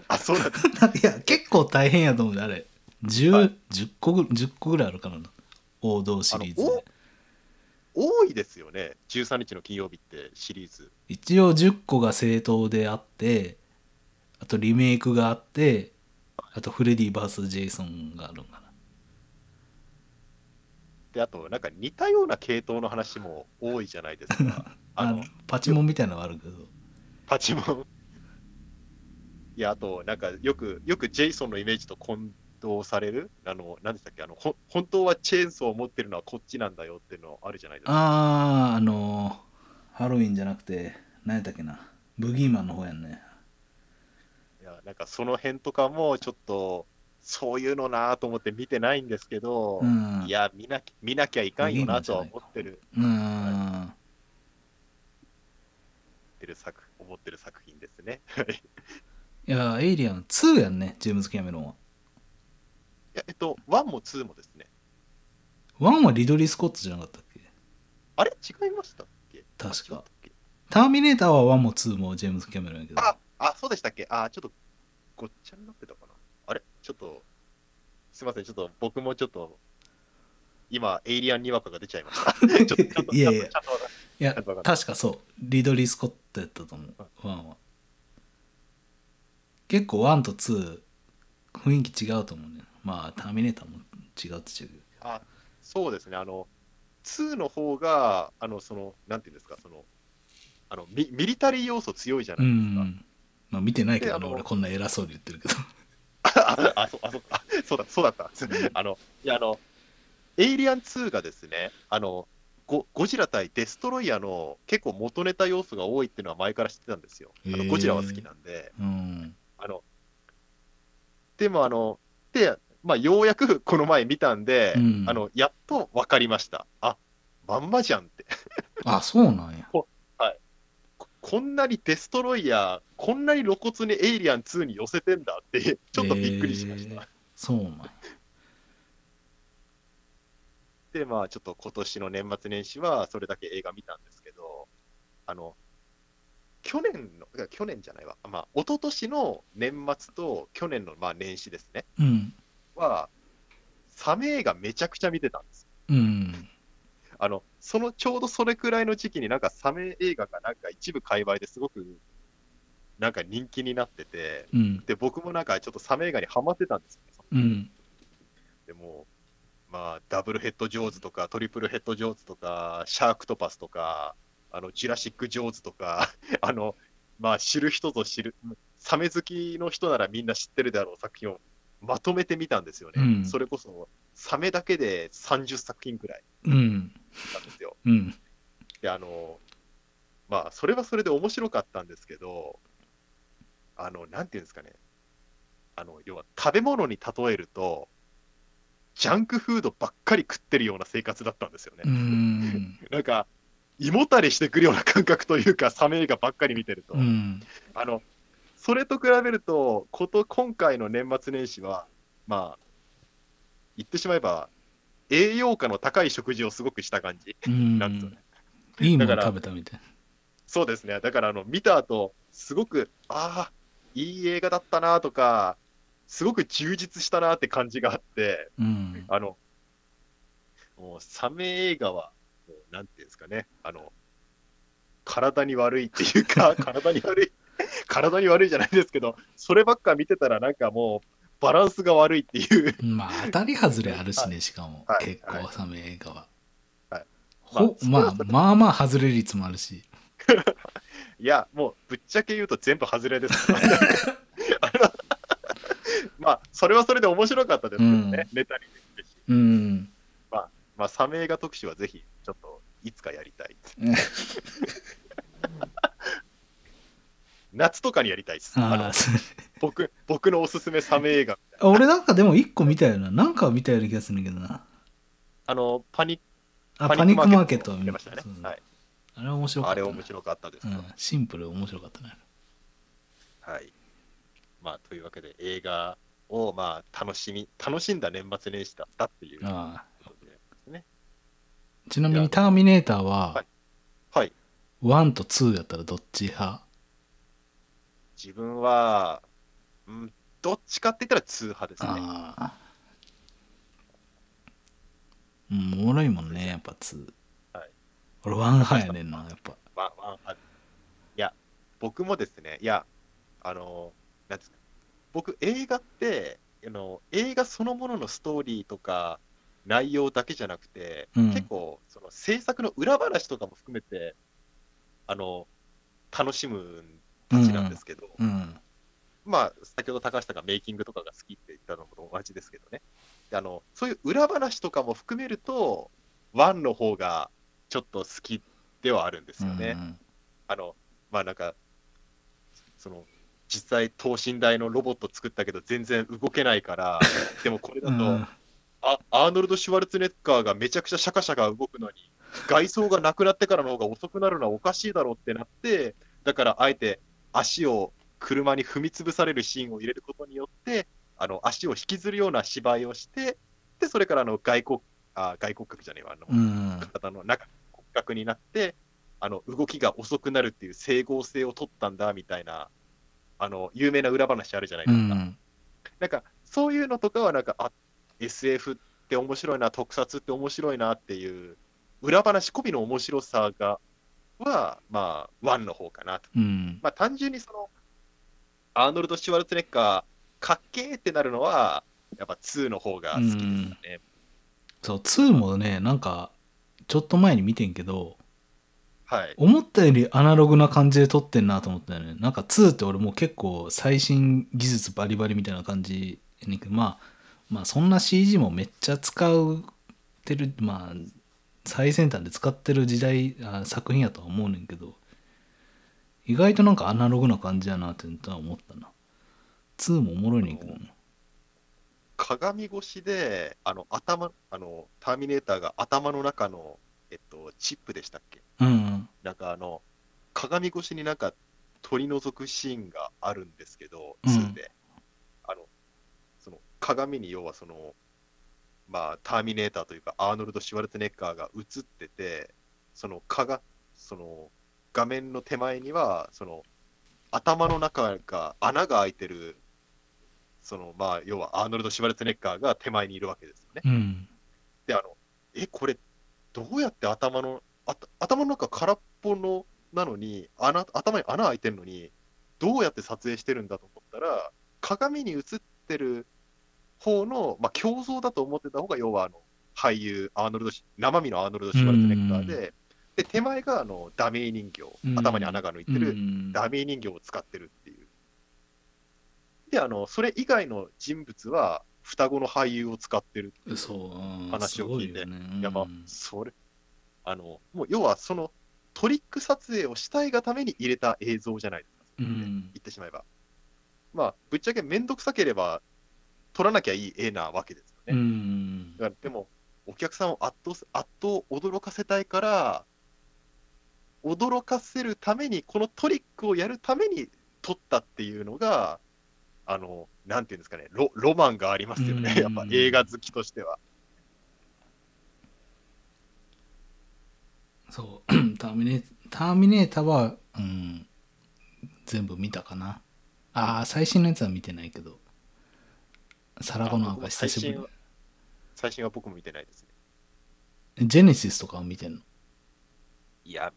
[SPEAKER 2] あ、そうなんです。
[SPEAKER 1] いや、結構大変やと思うねあれ。10、
[SPEAKER 2] はい
[SPEAKER 1] 10個ぐ、10個ぐらいあるからな。王道シリーズ
[SPEAKER 2] あの
[SPEAKER 1] で
[SPEAKER 2] お。多いですよね、13日の金曜日ってシリーズ。
[SPEAKER 1] 一応10個が正当であって、あとリメイクがあって、あとフレディ VS ジェイソンがあるんかな。
[SPEAKER 2] で、あと、なんか似たような系統の話も多いじゃないで すか。あ
[SPEAKER 1] あの
[SPEAKER 2] の、
[SPEAKER 1] パチモンみたいなのがあるけど。
[SPEAKER 2] パチモン。いや、あと、なんか、よく、よくジェイソンのイメージと混同される、あの、なんでしたっけ、あの、ほ本当はチェーンソーを持ってるのはこっちなんだよっていうのあるじゃないですか。
[SPEAKER 1] あー、あのーハロウィンじゃなくて、何やったっけな。ブギーマンの方やんね。
[SPEAKER 2] いや、なんか、その辺とかも、ちょっと、そういうのなぁと思って見てないんですけど、
[SPEAKER 1] うん。
[SPEAKER 2] いや見なき、見なきゃいかんよなとは思ってる、
[SPEAKER 1] うーん。
[SPEAKER 2] 思ってる作、思ってる作品ですね。い
[SPEAKER 1] いや、エイリアン2やんね、ジェームズ・キャメロンは。
[SPEAKER 2] や、えっと、1も2もですね。
[SPEAKER 1] 1はリドリー・スコットじゃなかったっけ
[SPEAKER 2] あれ違いましたっけ
[SPEAKER 1] 確
[SPEAKER 2] 違った
[SPEAKER 1] か
[SPEAKER 2] っ。け
[SPEAKER 1] ターミネーターは1も2もジェームズ・キャメロンやけど。
[SPEAKER 2] あ、あ、そうでしたっけあ、ちょっとごっちゃになってたかな。あれちょっと、すいません、ちょっと僕もちょっと、今、エイリアンにわかが出ちゃい ました。ちょっと、ちょっと、
[SPEAKER 1] いやい
[SPEAKER 2] ちょ
[SPEAKER 1] や
[SPEAKER 2] っとちゃんとわかんない
[SPEAKER 1] いや、
[SPEAKER 2] ちょっとわかんない
[SPEAKER 1] 確かそう。リドリー・スコットやったと思う、1は。結構1と2、雰囲気違うと思うね。まあ、ターミネーターも違うって違うけど。
[SPEAKER 2] あ、そうですね、あの、2の方が、あの、その、なんていうんですか、その、あのミミリタリー要素強いじゃ
[SPEAKER 1] う
[SPEAKER 2] ないですか。
[SPEAKER 1] ん。まあ、見てないけど
[SPEAKER 2] で
[SPEAKER 1] ね、
[SPEAKER 2] あの
[SPEAKER 1] 俺こんな偉そうに言ってるけど。
[SPEAKER 2] あ、あそうあそうあそうだ、そうだった。あの、いや、あの、エイリアン2がですね、あの、ゴゴジラ対デストロイヤーの結構元ネタ要素が多いっていうのは前から知ってたんですよ。あ
[SPEAKER 1] へ
[SPEAKER 2] の
[SPEAKER 1] ー
[SPEAKER 2] ゴジラは好きなんで。
[SPEAKER 1] うん。
[SPEAKER 2] あのでもあの、で、まあ、ようやくこの前見たんで、
[SPEAKER 1] うん
[SPEAKER 2] あのやっと分かりました。あまんまじゃんって。
[SPEAKER 1] あ、そうなんや。
[SPEAKER 2] ここんなにデストロイヤー、こんなに露骨にエイリアン2に寄せてんだって、ちょっとびっくりしました。
[SPEAKER 1] へーそうなんや。
[SPEAKER 2] で、まあ、ちょっと今年の年末年始は、それだけ映画見たんですけど、あの、去年の、いや去年じゃないわ、まあ、一昨年の年末と去年のまあ年始ですね、
[SPEAKER 1] うん。
[SPEAKER 2] は、サメ映画めちゃくちゃ見てたんですよ。
[SPEAKER 1] うん。
[SPEAKER 2] あの、そのちょうどそれくらいの時期になんかサメ映画がなんか一部界隈ですごく、なんか人気になってて、
[SPEAKER 1] うん。
[SPEAKER 2] で、僕もなんかちょっとサメ映画にハマってたんですよね、
[SPEAKER 1] うん。
[SPEAKER 2] でもう、まあ、ダブルヘッドジョーズとか、トリプルヘッドジョーズとか、シャークトパスとか、あの、ジュラシックジョーズとか、 あの、まあ、知る人ぞ知る、サメ好きの人ならみんな知ってるであろう作品をまとめてみたんですよね。
[SPEAKER 1] うん
[SPEAKER 2] それこそ、サメだけで30作品くらい
[SPEAKER 1] うん。
[SPEAKER 2] なんですよ。
[SPEAKER 1] うん。
[SPEAKER 2] で、あの、まあ、それはそれで面白かったんですけど、あの、なんていうんですかね。あの、要は食べ物に例えると、ジャンクフードばっかり食ってるような生活だったんですよね。
[SPEAKER 1] うん。
[SPEAKER 2] なんか、胃もたれしてくるような感覚というか、サメ映画ばっかり見てると。
[SPEAKER 1] うん。
[SPEAKER 2] あの、それと比べると、こと、今回の年末年始は、まあ、言ってしまえば、栄養価の高い食事をすごくした感じ。
[SPEAKER 1] うん
[SPEAKER 2] なんですよね。
[SPEAKER 1] いいも
[SPEAKER 2] だ
[SPEAKER 1] の
[SPEAKER 2] から
[SPEAKER 1] 食べたみたい
[SPEAKER 2] そうですね、だからあの見た後すごく、ああ、いい映画だったなとか、すごく充実したなって感じがあって、
[SPEAKER 1] な。うん。
[SPEAKER 2] あのもうサメ映画は、もうなんていうんですかね、あの体に悪いっていうか、体に悪い、体に悪いじゃないですけど、そればっか見てたら、なんかもう、バランスが悪いっていう、
[SPEAKER 1] まあ、当たり外れあるしね、しかも
[SPEAKER 2] は。い
[SPEAKER 1] 結
[SPEAKER 2] は
[SPEAKER 1] 構、サメ映画は。
[SPEAKER 2] はい
[SPEAKER 1] ほ
[SPEAKER 2] まあ
[SPEAKER 1] まあ、まあまあ、外れ率もあるし。
[SPEAKER 2] いや、もうぶっちゃけ言うと全部外れです。あのまあ、それはそれで面白かったですけどね、ネタにできるし。
[SPEAKER 1] うん。
[SPEAKER 2] まあ、サメ映画特集はぜひ、ちょっと、いつかやり たい。夏とかにやりたいです。あ
[SPEAKER 1] あ
[SPEAKER 2] の
[SPEAKER 1] あ、そう
[SPEAKER 2] 僕僕のおすすめサメ映画みた いな。
[SPEAKER 1] 俺なんかでも一個見たよな。なんか見たような気がするんだけどな。
[SPEAKER 2] あの、パニ
[SPEAKER 1] あ、パニックマーケット
[SPEAKER 2] を
[SPEAKER 1] を
[SPEAKER 2] 見ましたね
[SPEAKER 1] そうそ。う
[SPEAKER 2] はい、
[SPEAKER 1] あれ面白かっ
[SPEAKER 2] あ
[SPEAKER 1] た
[SPEAKER 2] れ
[SPEAKER 1] な。
[SPEAKER 2] 面白かったです、
[SPEAKER 1] うんシンプル面白かったね。
[SPEAKER 2] はい。まあ、というわけで、映画を、まあ、楽しみ、楽しんだ年末年始だったっていうこ
[SPEAKER 1] ああ
[SPEAKER 2] とで。
[SPEAKER 1] ちなみ
[SPEAKER 2] い
[SPEAKER 1] に
[SPEAKER 2] や
[SPEAKER 1] ターミネーター
[SPEAKER 2] は
[SPEAKER 1] はい
[SPEAKER 2] はい。
[SPEAKER 1] 1と2やったらどっち派
[SPEAKER 2] 自分は、うん、どっちかって言ったら通派ですね。
[SPEAKER 1] ああ。うん、おもろいもんね、やっぱ2。
[SPEAKER 2] はい
[SPEAKER 1] 俺1派やねんな、やっぱ。
[SPEAKER 2] まあまあ、あいや、僕もですね、いや、あの、なんですか、僕、映画ってあの、映画そのもののストーリーとか、内容だけじゃなくて、
[SPEAKER 1] うん
[SPEAKER 2] 結構、その制作の裏話とかも含めて、あの、楽しむたちなんですけど、
[SPEAKER 1] うん。
[SPEAKER 2] まあ、先ほど高橋さんがメイキングとかが好きって言ったのと同じですけどね。であの、そういう裏話とかも含めると、ワンの方がちょっと好きではあるんですよね。
[SPEAKER 1] うん
[SPEAKER 2] あの、まあなんか、その、実際等身大のロボット作ったけど全然動けないから、でもこれだ
[SPEAKER 1] う
[SPEAKER 2] と、
[SPEAKER 1] ん
[SPEAKER 2] あ、アーノルド・シュワルツェネッカーがめちゃくちゃシャカシャカ動くのに、外装がなくなってからの方が遅くなるのはおかしいだろうってなって、だからあえて足を車に踏み潰されるシーンを入れることによって、あの足を引きずるような芝居をして、で、それからあの外国、あ外国格じゃねえわ、あの、
[SPEAKER 1] うん。
[SPEAKER 2] 体の中骨格になってあの動きが遅くなるっていう整合性を取ったんだみたいなあの有名な裏話あるじゃないうですか、
[SPEAKER 1] ん。
[SPEAKER 2] なんかそういうのとかはなんかあ SF って面白いな特撮って面白いなっていう裏話込みの面白さがはまあワンの方かなと、
[SPEAKER 1] うん。
[SPEAKER 2] まあ、単純にそのアーノルド・シュワルツェネッカーかっけーってなるのはやっぱ2の方が好きですかね、
[SPEAKER 1] そう、2もね、なんか、ちょっと前に見てんけど、
[SPEAKER 2] はい
[SPEAKER 1] 思ったよりアナログな感じで撮ってんなと思ったよね。なんか2って俺もう結構最新技術バリバリみたいな感じやねんけど、まあ、まあそんな CG もめっちゃ使うてる、まあ最先端で使ってる時代あ作品やとは思うねんけど意外となんかアナログな感じやなってのは思ったな2もおもろいねんけどな
[SPEAKER 2] 鏡越しで、あの、頭、あの、ターミネーターが頭の中の、えっと、チップでしたっけ
[SPEAKER 1] うんうん
[SPEAKER 2] なんかあの、鏡越しになんか取り除くシーンがあるんですけど、
[SPEAKER 1] うん
[SPEAKER 2] 2で。あの、その、鏡に要はその、まあ、ターミネーターというか、アーノルド・シュワルツェネッガーが映ってて、その、かが、その、画面の手前には、その、頭の中が穴が開いてる、その、まあ、要はアーノルド・シュワルツェネッガーが手前にいるわけですよね。
[SPEAKER 1] うん
[SPEAKER 2] で、あの、え、これ、どうやって頭の、あた頭の中空っぽのなのに穴、頭に穴開いてるのに、どうやって撮影してるんだと思ったら、鏡に映ってる方の、まあ、鏡像だと思ってた方が、要はあの俳優、アーノルドシ、生身のアーノルド・シュワルツェネッガー
[SPEAKER 1] う
[SPEAKER 2] で、で、手前があのダミー人形
[SPEAKER 1] う、ん
[SPEAKER 2] 頭に穴が抜いて
[SPEAKER 1] うんう
[SPEAKER 2] る
[SPEAKER 1] ん
[SPEAKER 2] ダミー人形を使ってるっていう。で、あの、それ以外の人物は、双子の俳優を使ってるっていう。
[SPEAKER 1] そううん
[SPEAKER 2] 話を聞いて
[SPEAKER 1] すごよね
[SPEAKER 2] いやまあ
[SPEAKER 1] うん、
[SPEAKER 2] それ、あの、もう要はそのトリック撮影をしたいがために入れた映像じゃないですか、
[SPEAKER 1] う
[SPEAKER 2] それって
[SPEAKER 1] ん
[SPEAKER 2] 言ってしまえば。まあ、ぶっちゃけめんどくさければ、撮らなきゃいい絵なわけですよね。
[SPEAKER 1] うん
[SPEAKER 2] だからでも、お客さんを圧倒す、圧倒驚かせたいから、驚かせるために、このトリックをやるために撮ったっていうのが、あの、なんていうんですかね、ロロマンがありますよ
[SPEAKER 1] う
[SPEAKER 2] ね、
[SPEAKER 1] ん
[SPEAKER 2] やっぱ映画好きとしては。
[SPEAKER 1] そう ターミネーターミネーターは、うん、全部見たかなああ最新のやつは見てないけどサラゴの赤久しぶ
[SPEAKER 2] 最新は最新は僕も見てないですね。
[SPEAKER 1] りジェネシスとかを見てんの
[SPEAKER 2] いや、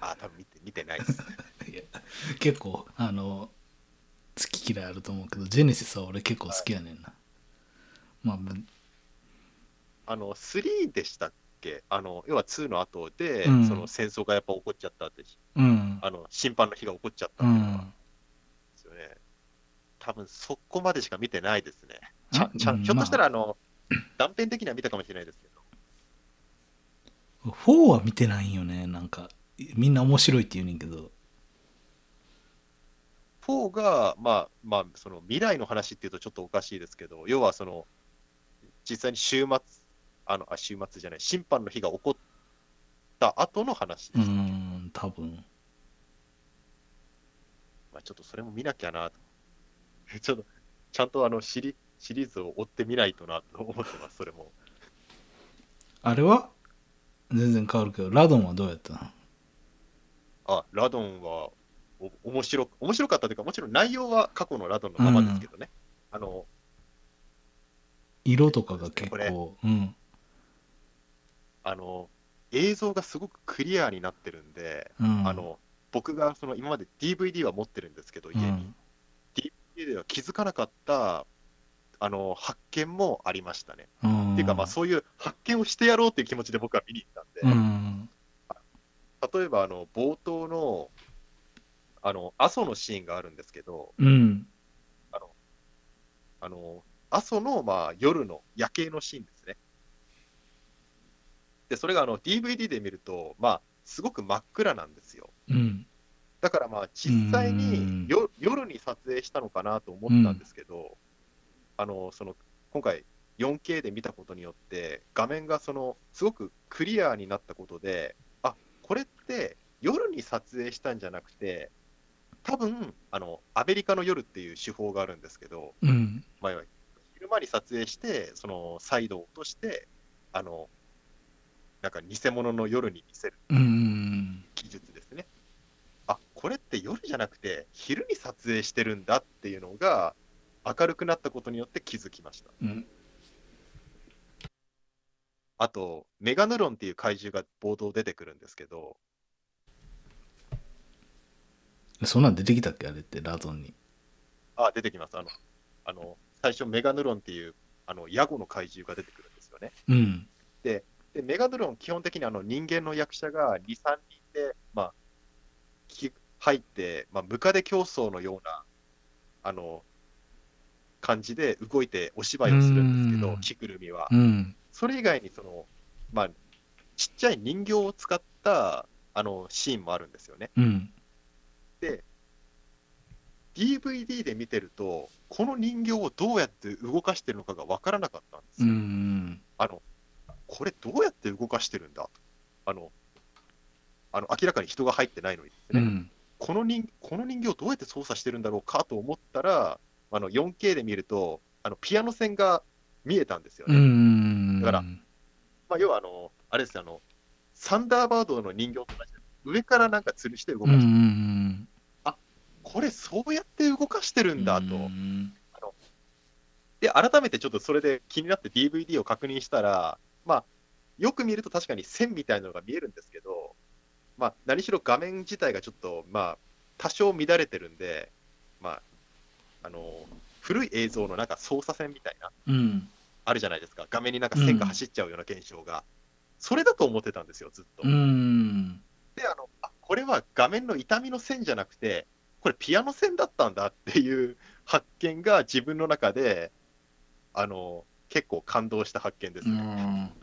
[SPEAKER 2] あ、多分見て見てないです。
[SPEAKER 1] 結構あの好き嫌いあると思うけどジェネシスは俺結構好きやねんな、まあぶ
[SPEAKER 2] あの、3でしたっけあの、要は2の後で、
[SPEAKER 1] うん
[SPEAKER 2] その戦争がやっぱ起こっちゃったって、
[SPEAKER 1] うん
[SPEAKER 2] あの、審判の日が起こっちゃった
[SPEAKER 1] うんん
[SPEAKER 2] ですよね。多分そこまでしか見てないですね。ち
[SPEAKER 1] あ
[SPEAKER 2] ゃちゃ
[SPEAKER 1] うん
[SPEAKER 2] ひょっとしたら、あの、断片的には見たかもしれないですけど。
[SPEAKER 1] 4は見てないんよねなんかみんな面白いって言うねんけど
[SPEAKER 2] 4が、まあ、まあ、その未来の話っていうとちょっとおかしいですけど、要はその、実際に週末、あの、あ、週末じゃない、審判の日が起こった後の話
[SPEAKER 1] う
[SPEAKER 2] です。
[SPEAKER 1] ん多分
[SPEAKER 2] まあ、ちょっとそ れも見なきゃなと。ちょっと、ちゃんとあのシリ、シリーズを追ってみないとなと思ってます、それも。
[SPEAKER 1] あれは全然変わるけどラドンはどうやったの
[SPEAKER 2] あ、ラドンは、お面白く、面白かったというか、もちろん内容は過去のラドンのままですけどね。あの、
[SPEAKER 1] 色とかが結
[SPEAKER 2] これ
[SPEAKER 1] 構、うん、
[SPEAKER 2] あの、映像がすごくクリアになってるんで、
[SPEAKER 1] うん、
[SPEAKER 2] あの、僕がその今まで DVD は持ってるんですけど、
[SPEAKER 1] う
[SPEAKER 2] 家に。
[SPEAKER 1] ん、
[SPEAKER 2] DVD では気づかなかった、あの、発見もありましたね。
[SPEAKER 1] うん、
[SPEAKER 2] っていうか、まあ、そういう発見をしてやろうっていう気持ちで僕は見に行ったんで。
[SPEAKER 1] うん、
[SPEAKER 2] 例えばあの冒頭のあの阿蘇のシーンがあるんですけど、
[SPEAKER 1] うん、
[SPEAKER 2] あの阿蘇のまあ夜の夜景のシーンですね。で、それがあの DVD で見ると、まあ、すごく真っ暗なんですよ。
[SPEAKER 1] うん、
[SPEAKER 2] だからまあ実際
[SPEAKER 1] うん
[SPEAKER 2] によ夜に撮影したのかなと思ったんですけど、あのその今回 4K で見たことによって画面がそのすごくクリアになったことであこれって夜に撮影したんじゃなくて多分あのアメリカの夜っていう手法があるんですけど、
[SPEAKER 1] うん、
[SPEAKER 2] まあ、昼間に撮影してその再度落としてあのなんか偽物の夜に見せる
[SPEAKER 1] うん、
[SPEAKER 2] 技術ですね。あこれって夜じゃなくて昼に撮影してるんだっていうのが明るくなったことによって気づきました。
[SPEAKER 1] うん、
[SPEAKER 2] あと、メガヌロンっていう怪獣が冒頭出てくるんですけど、
[SPEAKER 1] そんなん出てきたっけあれってラドンに。
[SPEAKER 2] あ出てきます。あの、あの最初メガヌロンっていうあのヤゴの怪獣が出てくるんですよね。
[SPEAKER 1] うん、
[SPEAKER 2] で、メガヌロン基本的にあの人間の役者が2、3人で、まあ、き入って、まあ、ムカデ競争のような、あの、感じで動いてお芝居をするんですけ
[SPEAKER 1] う
[SPEAKER 2] ど
[SPEAKER 1] ん、
[SPEAKER 2] 着ぐるみは。
[SPEAKER 1] うん、
[SPEAKER 2] それ以外にその、まあ、ちっちゃい人形を使ったあのシーンもあるんですよね。
[SPEAKER 1] うん。
[SPEAKER 2] DVD で見てると、この人形をどうやって動かしてるのかが分からなかったんです
[SPEAKER 1] う
[SPEAKER 2] よ。
[SPEAKER 1] ん。
[SPEAKER 2] あのこれ、どうやって動かしてるんだあのあの明らかに人が入ってないのにです
[SPEAKER 1] う
[SPEAKER 2] ね、
[SPEAKER 1] ん。
[SPEAKER 2] この人この人形をどうやって操作してるんだろうかと思ったら、あの 4K で見ると、あのピアノ線が見えたんですよ
[SPEAKER 1] う
[SPEAKER 2] ね。
[SPEAKER 1] ん。
[SPEAKER 2] だからまあ、要はあの、あれですよあの、サンダーバードの人形と同じで上からなんか吊るして動
[SPEAKER 1] う
[SPEAKER 2] か
[SPEAKER 1] ん。う
[SPEAKER 2] して、
[SPEAKER 1] ん。
[SPEAKER 2] これ、そうやって動かしてるんだと。
[SPEAKER 1] うん
[SPEAKER 2] で、改めてちょっとそれで気になって DVD を確認したら、まあ、よく見ると確かに線みたいなのが見えるんですけど、まあ、何しろ画面自体がちょっと、まあ、多少乱れてるんで、まあ、あの、古い映像のなんか操作線みたいな、
[SPEAKER 1] うん。
[SPEAKER 2] あるじゃないですか。画面になんか線が走っちゃうような現象が。それだと思ってたんですよ、ずっと。
[SPEAKER 1] うん。
[SPEAKER 2] で、あの、あこれは画面の痛みの線じゃなくて、これピアノ線だったんだっていう発見が自分の中で、あの、結構感動した発見ですね。
[SPEAKER 1] うん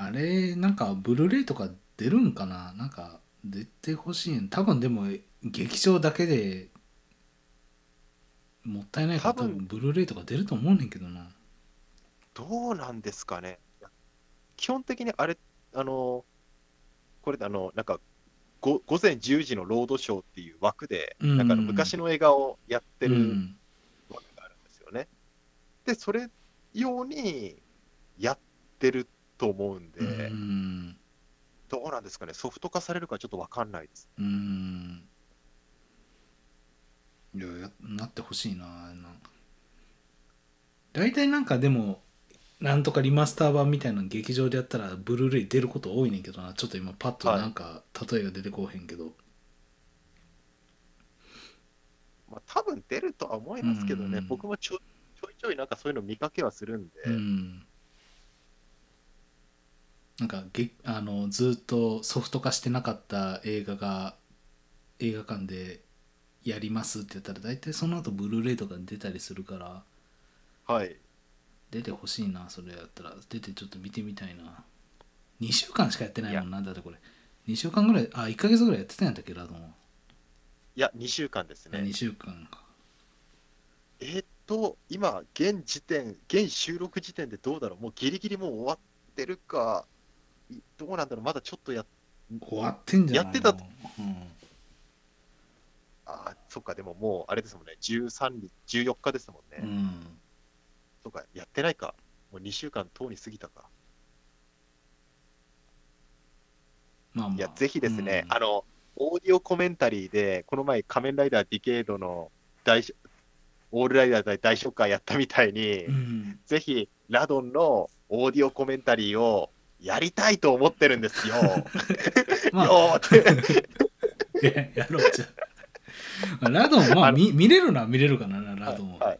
[SPEAKER 1] あれなんかブルーレイとか出るんかななんか出てほしいん多分でも劇場だけでもったいないから
[SPEAKER 2] 多
[SPEAKER 1] 多
[SPEAKER 2] 分
[SPEAKER 1] 分ブルーレイとか出ると思うねんけどな
[SPEAKER 2] どうなんですかね。いや基本的にあれ、あの、これ、あの、なんか、ご午前10時のロードショーっていう枠で、
[SPEAKER 1] うん
[SPEAKER 2] なんかあの昔の映画をやって
[SPEAKER 1] う
[SPEAKER 2] る
[SPEAKER 1] ん
[SPEAKER 2] わけがあるんですよね。で、それ用にやってると思うんで、
[SPEAKER 1] うん
[SPEAKER 2] どうなんですかね、ソフト化されるかちょっとわかんないです。
[SPEAKER 1] うんいややなってほしいなあんな大体なんかでもなんとかリマスター版みたいなの劇場でやったらブルーレイ出ること多いねんけどなちょっと今パッとなんか例えが出てこうへんけど、
[SPEAKER 2] まあ多分出るとは思いますけどね、
[SPEAKER 1] うん
[SPEAKER 2] 僕もちょちょいちょいなんかそういうの見かけはするんで、
[SPEAKER 1] うんなんかげあのずっとソフト化してなかった映画が映画館でやりますって言ったら大体その後ブルーレイとかに出たりするから
[SPEAKER 2] はい、
[SPEAKER 1] 出てほしいなそれやったら出てちょっと見てみたいな2週間しかやってないもんなだってこれ2週間ぐらいあ1ヶ月ぐらいやってたんやったっけラドンは、
[SPEAKER 2] いや、2週間ですね。
[SPEAKER 1] 2週間か
[SPEAKER 2] えーっと、今、現時点、現収録時点でどうだろう、もうギリギリもう終わってるか、いどうなんだろう、まだちょっとやっ、
[SPEAKER 1] 終わってんじゃない
[SPEAKER 2] やってたと
[SPEAKER 1] う
[SPEAKER 2] あーそっか、でももうあれですもんね、13日、14日ですもんね。
[SPEAKER 1] ん、うん、
[SPEAKER 2] とか、やってないか。もう2週間とうに過ぎたか。
[SPEAKER 1] まあまあ
[SPEAKER 2] いや、ぜひですね、
[SPEAKER 1] うん
[SPEAKER 2] あの、オーディオコメンタリーで、この前、仮面ライダーディケードの大し、オールライダー大大ショッカーやったみたいに、
[SPEAKER 1] うん
[SPEAKER 2] ぜひ、ラドンのオーディオコメンタリーをやりたいと思ってるんですよ。
[SPEAKER 1] まあ
[SPEAKER 2] よー って。
[SPEAKER 1] でやろうじゃあラドンまあ
[SPEAKER 2] あの
[SPEAKER 1] 見見れるのは見れるかなラドンは、
[SPEAKER 2] はい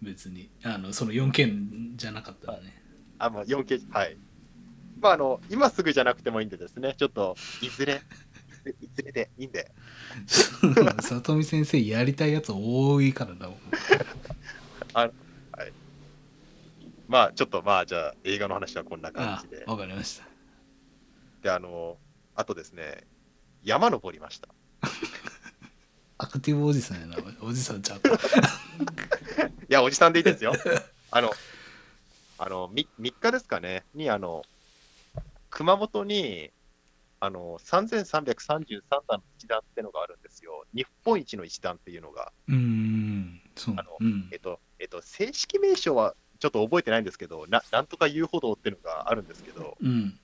[SPEAKER 1] 別にあのその 4K じゃなかったら ね、
[SPEAKER 2] あ、もう 4K、はい。まあ、あの、今すぐじゃなくてもいいんでですね、ちょっと、いずれ、いずれでいいんで、
[SPEAKER 1] 里見先生やりたいやつ多いからな
[SPEAKER 2] まあ、ちょっと、まあ、じゃあ、映画の話はこんな感
[SPEAKER 1] あ
[SPEAKER 2] じで。
[SPEAKER 1] わかりました
[SPEAKER 2] で、あの、あとですね、山登りました。
[SPEAKER 1] アクティブおじさんや なおじさんちゃうか
[SPEAKER 2] いや、おじさんでいいですよ。あの、あの、み3日ですかね、に、あの、熊本に、あの、3333段の一段ってのがあるんですよ。日本一の一段っていうのが、
[SPEAKER 1] うーんそう
[SPEAKER 2] あの
[SPEAKER 1] うん
[SPEAKER 2] えっと、えっと、正式名称はちょっと覚えてないんですけど、ななんとか遊歩道っていうのがあるんですけど、
[SPEAKER 1] うん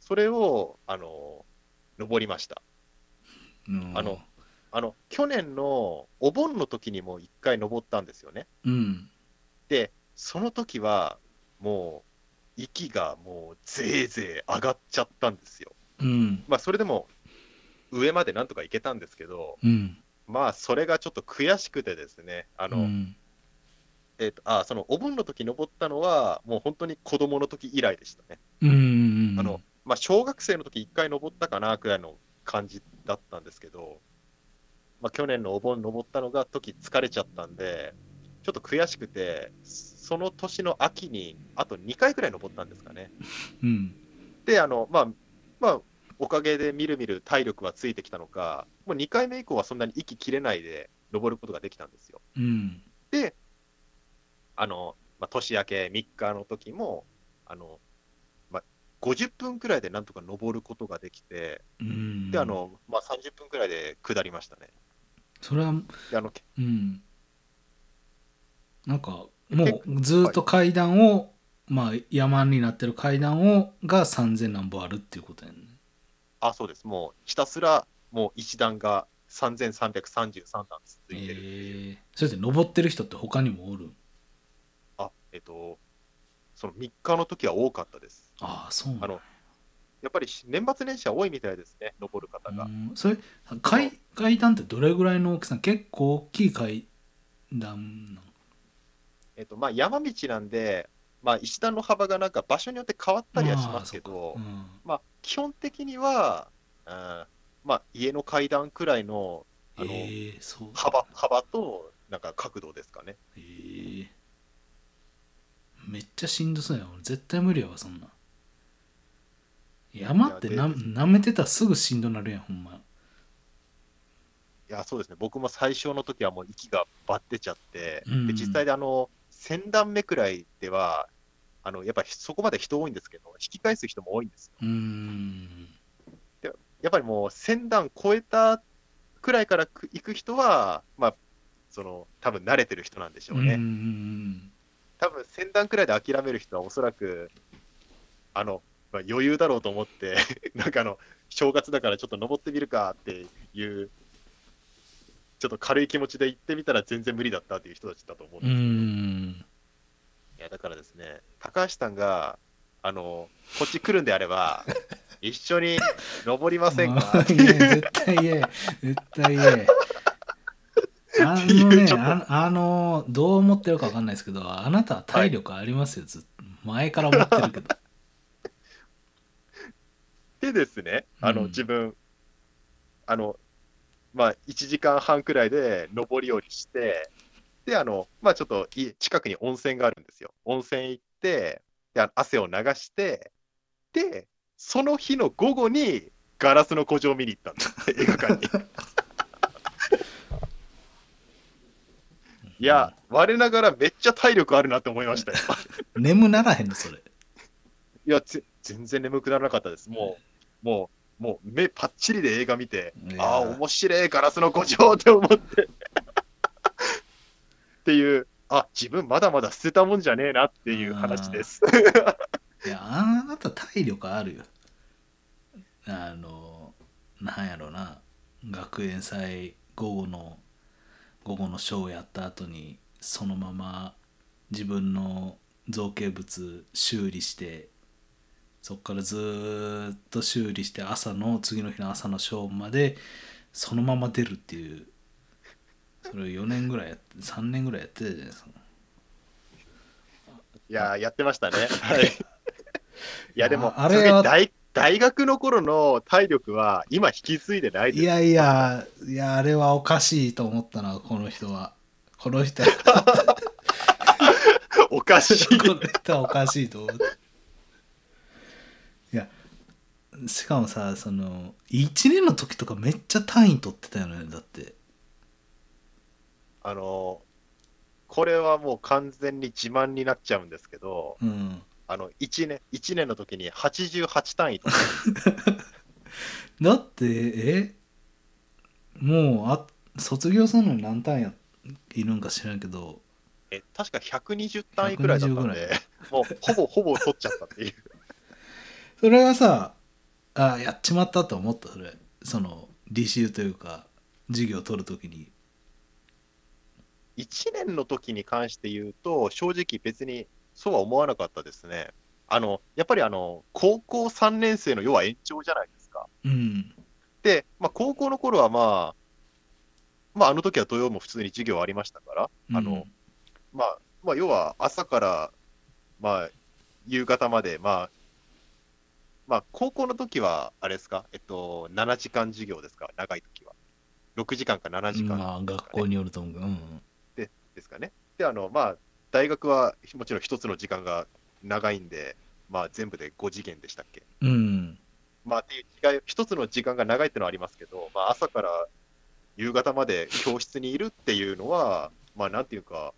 [SPEAKER 2] それを、あの、登りました。
[SPEAKER 1] うん
[SPEAKER 2] あのあの、去年のお盆の時にも一回登ったんですよね。
[SPEAKER 1] うん
[SPEAKER 2] で、その時は、もう、息がもう、ぜいぜい上がっちゃったんですよ。
[SPEAKER 1] うん
[SPEAKER 2] まあ、それでも、上までなんとか行けたんですけど、
[SPEAKER 1] うん
[SPEAKER 2] まあ、それがちょっと悔しくてですね、あ
[SPEAKER 1] う
[SPEAKER 2] の、
[SPEAKER 1] ん
[SPEAKER 2] えっ、と、あ、その、お盆の時登ったのは、もう本当に子供の時以来でしたね。
[SPEAKER 1] うん
[SPEAKER 2] あの、まあ、小学生の時一回登ったかな、くらいの感じだったんですけど、まあ、去年のお盆登ったのが、時疲れちゃったんで、ちょっと悔しくて、その年の秋に、あと2回くらい登ったんですかね。
[SPEAKER 1] うん
[SPEAKER 2] で、あの、まあ、まあ、おかげでみるみる体力はついてきたのか、もう2回目以降はそんなに息切れないで登ることができたんですよ。
[SPEAKER 1] うん。
[SPEAKER 2] あの、まあ、年明け3日の時も、あの、まあ、50分くらいでなんとか登ることができて、
[SPEAKER 1] うん。
[SPEAKER 2] で、あ、の、まあ、30分くらいで下りましたね。
[SPEAKER 1] それは、
[SPEAKER 2] で、あの、け
[SPEAKER 1] うん。なんか、もうずっと階段を、まあ山になってる階段を、が3000何歩あるっていうことやね。
[SPEAKER 2] あ、そうです。もう、ひたすら、もう一段が3333段続いてる。
[SPEAKER 1] ええそれで登ってる人って他にもおる
[SPEAKER 2] あ、えっと、その3日の時は多かったです。
[SPEAKER 1] ああ、そうな
[SPEAKER 2] あ
[SPEAKER 1] の
[SPEAKER 2] の、やっぱり年末年始は多いみたいですね、登る方が。
[SPEAKER 1] うんそれ階階段ってどれぐらいの大きさ結構大きい階段なの
[SPEAKER 2] えっと、まあ、山道なんで、まあ、石段の幅がなんか場所によって変わったりはしますけど、
[SPEAKER 1] ああ
[SPEAKER 2] まあ、基本的には、うん、まあ、家の階段くらいの、あ
[SPEAKER 1] そうかうん
[SPEAKER 2] の、
[SPEAKER 1] ええそう
[SPEAKER 2] 幅、幅と、なんか角度ですかね。
[SPEAKER 1] ええめっちゃしんどそうやん俺絶対無理やわそんな山ってない
[SPEAKER 2] やで
[SPEAKER 1] 舐めてたらすぐしんどなるやんほんま
[SPEAKER 2] いや、そうですね。僕も最初の時はもう息がバッてちゃって、
[SPEAKER 1] うん
[SPEAKER 2] で、実際であの、1000段目くらいでは、あの、やっぱそこまで人多いんですけど、引き返す人も多いんですよ。
[SPEAKER 1] うーん
[SPEAKER 2] やっぱりもう1000段超えたくらいからく行く人は、まあ、その、多分慣れてる人なんでしょうね。
[SPEAKER 1] うんうんうん
[SPEAKER 2] 多分1000段くらいで諦める人はおそらく、あの、まあ、余裕だろうと思って、 なんかあの、正月だからちょっと登ってみるかっていう、ちょっと軽い気持ちで行ってみたら全然無理だったっていう人たちだと思う
[SPEAKER 1] う
[SPEAKER 2] んです、
[SPEAKER 1] ん
[SPEAKER 2] いや、だからですね、高橋さんが、あの、こっち来るんであれ ば、一緒に登りません
[SPEAKER 1] まあ
[SPEAKER 2] か
[SPEAKER 1] いや絶対言え絶対言えあのね
[SPEAKER 2] いやちょっと
[SPEAKER 1] ああのどう思ってるか分かんないですけどあなたは体力ありますよ、ずっと前から思ってる けど
[SPEAKER 2] でですね、あの、
[SPEAKER 1] うん
[SPEAKER 2] 自分、あの、まあ、1時間半くらいで上り下りして、で、あの、まあ、ちょっとい近くに温泉があるんですよ。温泉行って、で、あの汗を流して、で、その日の午後にガラスの古城を見に行った んです、映画館に。いや、我ながらめっちゃ体力あるなって思いましたよ。
[SPEAKER 1] 眠ならへんのそれ
[SPEAKER 2] いや、ぜ全然眠くならなかったです。もう、もう、もう目パッチリで映画見て、
[SPEAKER 1] いや
[SPEAKER 2] ああ、面白いガラスの誇張って思 って。っていう、あ、自分まだまだ捨てたもんじゃねえなっていう話です。
[SPEAKER 1] いやあなた体力あるよあのなんやろな学園祭午後の午後のショーやった後にそのまま自分の造形物修理してそっからずーっと修理して朝の次の日の朝のショーまでそのまま出るっていうそれを4年ぐらいやって3年ぐらいやってたじゃないですか
[SPEAKER 2] いやー、やってましたね。はい。いや、でも、
[SPEAKER 1] ああれは
[SPEAKER 2] そ大大学の頃の体力は今引き継いでないです。
[SPEAKER 1] いやいや、いや、あれはおかしいと思ったな、この人は。この人は、
[SPEAKER 2] おかしい。
[SPEAKER 1] この人はおかしいと思った。いや、しかもさ、その、1年の時とかめっちゃ単位取ってたよね、だって。
[SPEAKER 2] あのー、これはもう完全に自慢になっちゃうんですけど、
[SPEAKER 1] うん。
[SPEAKER 2] あの、1年、1年の時に88単位とか、
[SPEAKER 1] だって、えもう、あ、卒業するのに何単位やいるんか知らんけど、
[SPEAKER 2] え、確か120単位くらいだったん
[SPEAKER 1] 120
[SPEAKER 2] で、もうほぼほぼ取っちゃったっていう。
[SPEAKER 1] それはさ、あやっちまったと思った、それ。その、履修というか、授業取るときに。
[SPEAKER 2] 1年の時に関して言うと、正直別にそうは思わなかったですね。あの、やっぱりあの、高校3年生の要は延長じゃないですか。
[SPEAKER 1] うん。
[SPEAKER 2] で、まあ高校の頃はまあ、まああの時は土曜も普通に授業ありましたから、あの、まあ、まあ、要は朝から、まあ、夕方まで、まあ、まあ、高校の時は、あれですか、えっと、7時間授業ですか、長い時は。6時間か7時間
[SPEAKER 1] まあ学校によると思うけど、うん、
[SPEAKER 2] ですかね。で、あの、まあ、大学はもちろん一つの時間が長いんで、まあ、全部で5次元でしたっけ。
[SPEAKER 1] うん。
[SPEAKER 2] まあ、っていう違い、一つの時間が長いってのはありますけど、まあ、朝から夕方まで教室にいるっていうのは、まあ、なんていうか、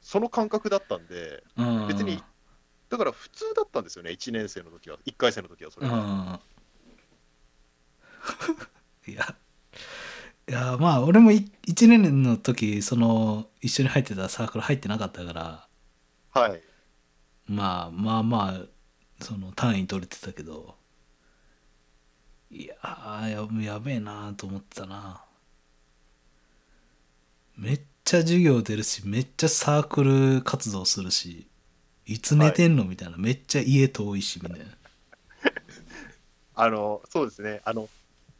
[SPEAKER 2] その感覚だったんで、
[SPEAKER 1] うん
[SPEAKER 2] 別にだから普通だったんですよね、1年生の時は、1回生の時はそれ
[SPEAKER 1] う
[SPEAKER 2] が。
[SPEAKER 1] ん。いや、いや、まあ、俺もい1年の時、その、一緒に入ってたサークル入ってなかったから、
[SPEAKER 2] はい。
[SPEAKER 1] まあまあまあ、その単位取れてたけど、いやーや、やべえなと思ってたな。めっちゃ授業出るし、めっちゃサークル活動するし、いつ寝てんのみたいな、めっちゃ家遠いし、みたいな。
[SPEAKER 2] あの、そうですね、あの、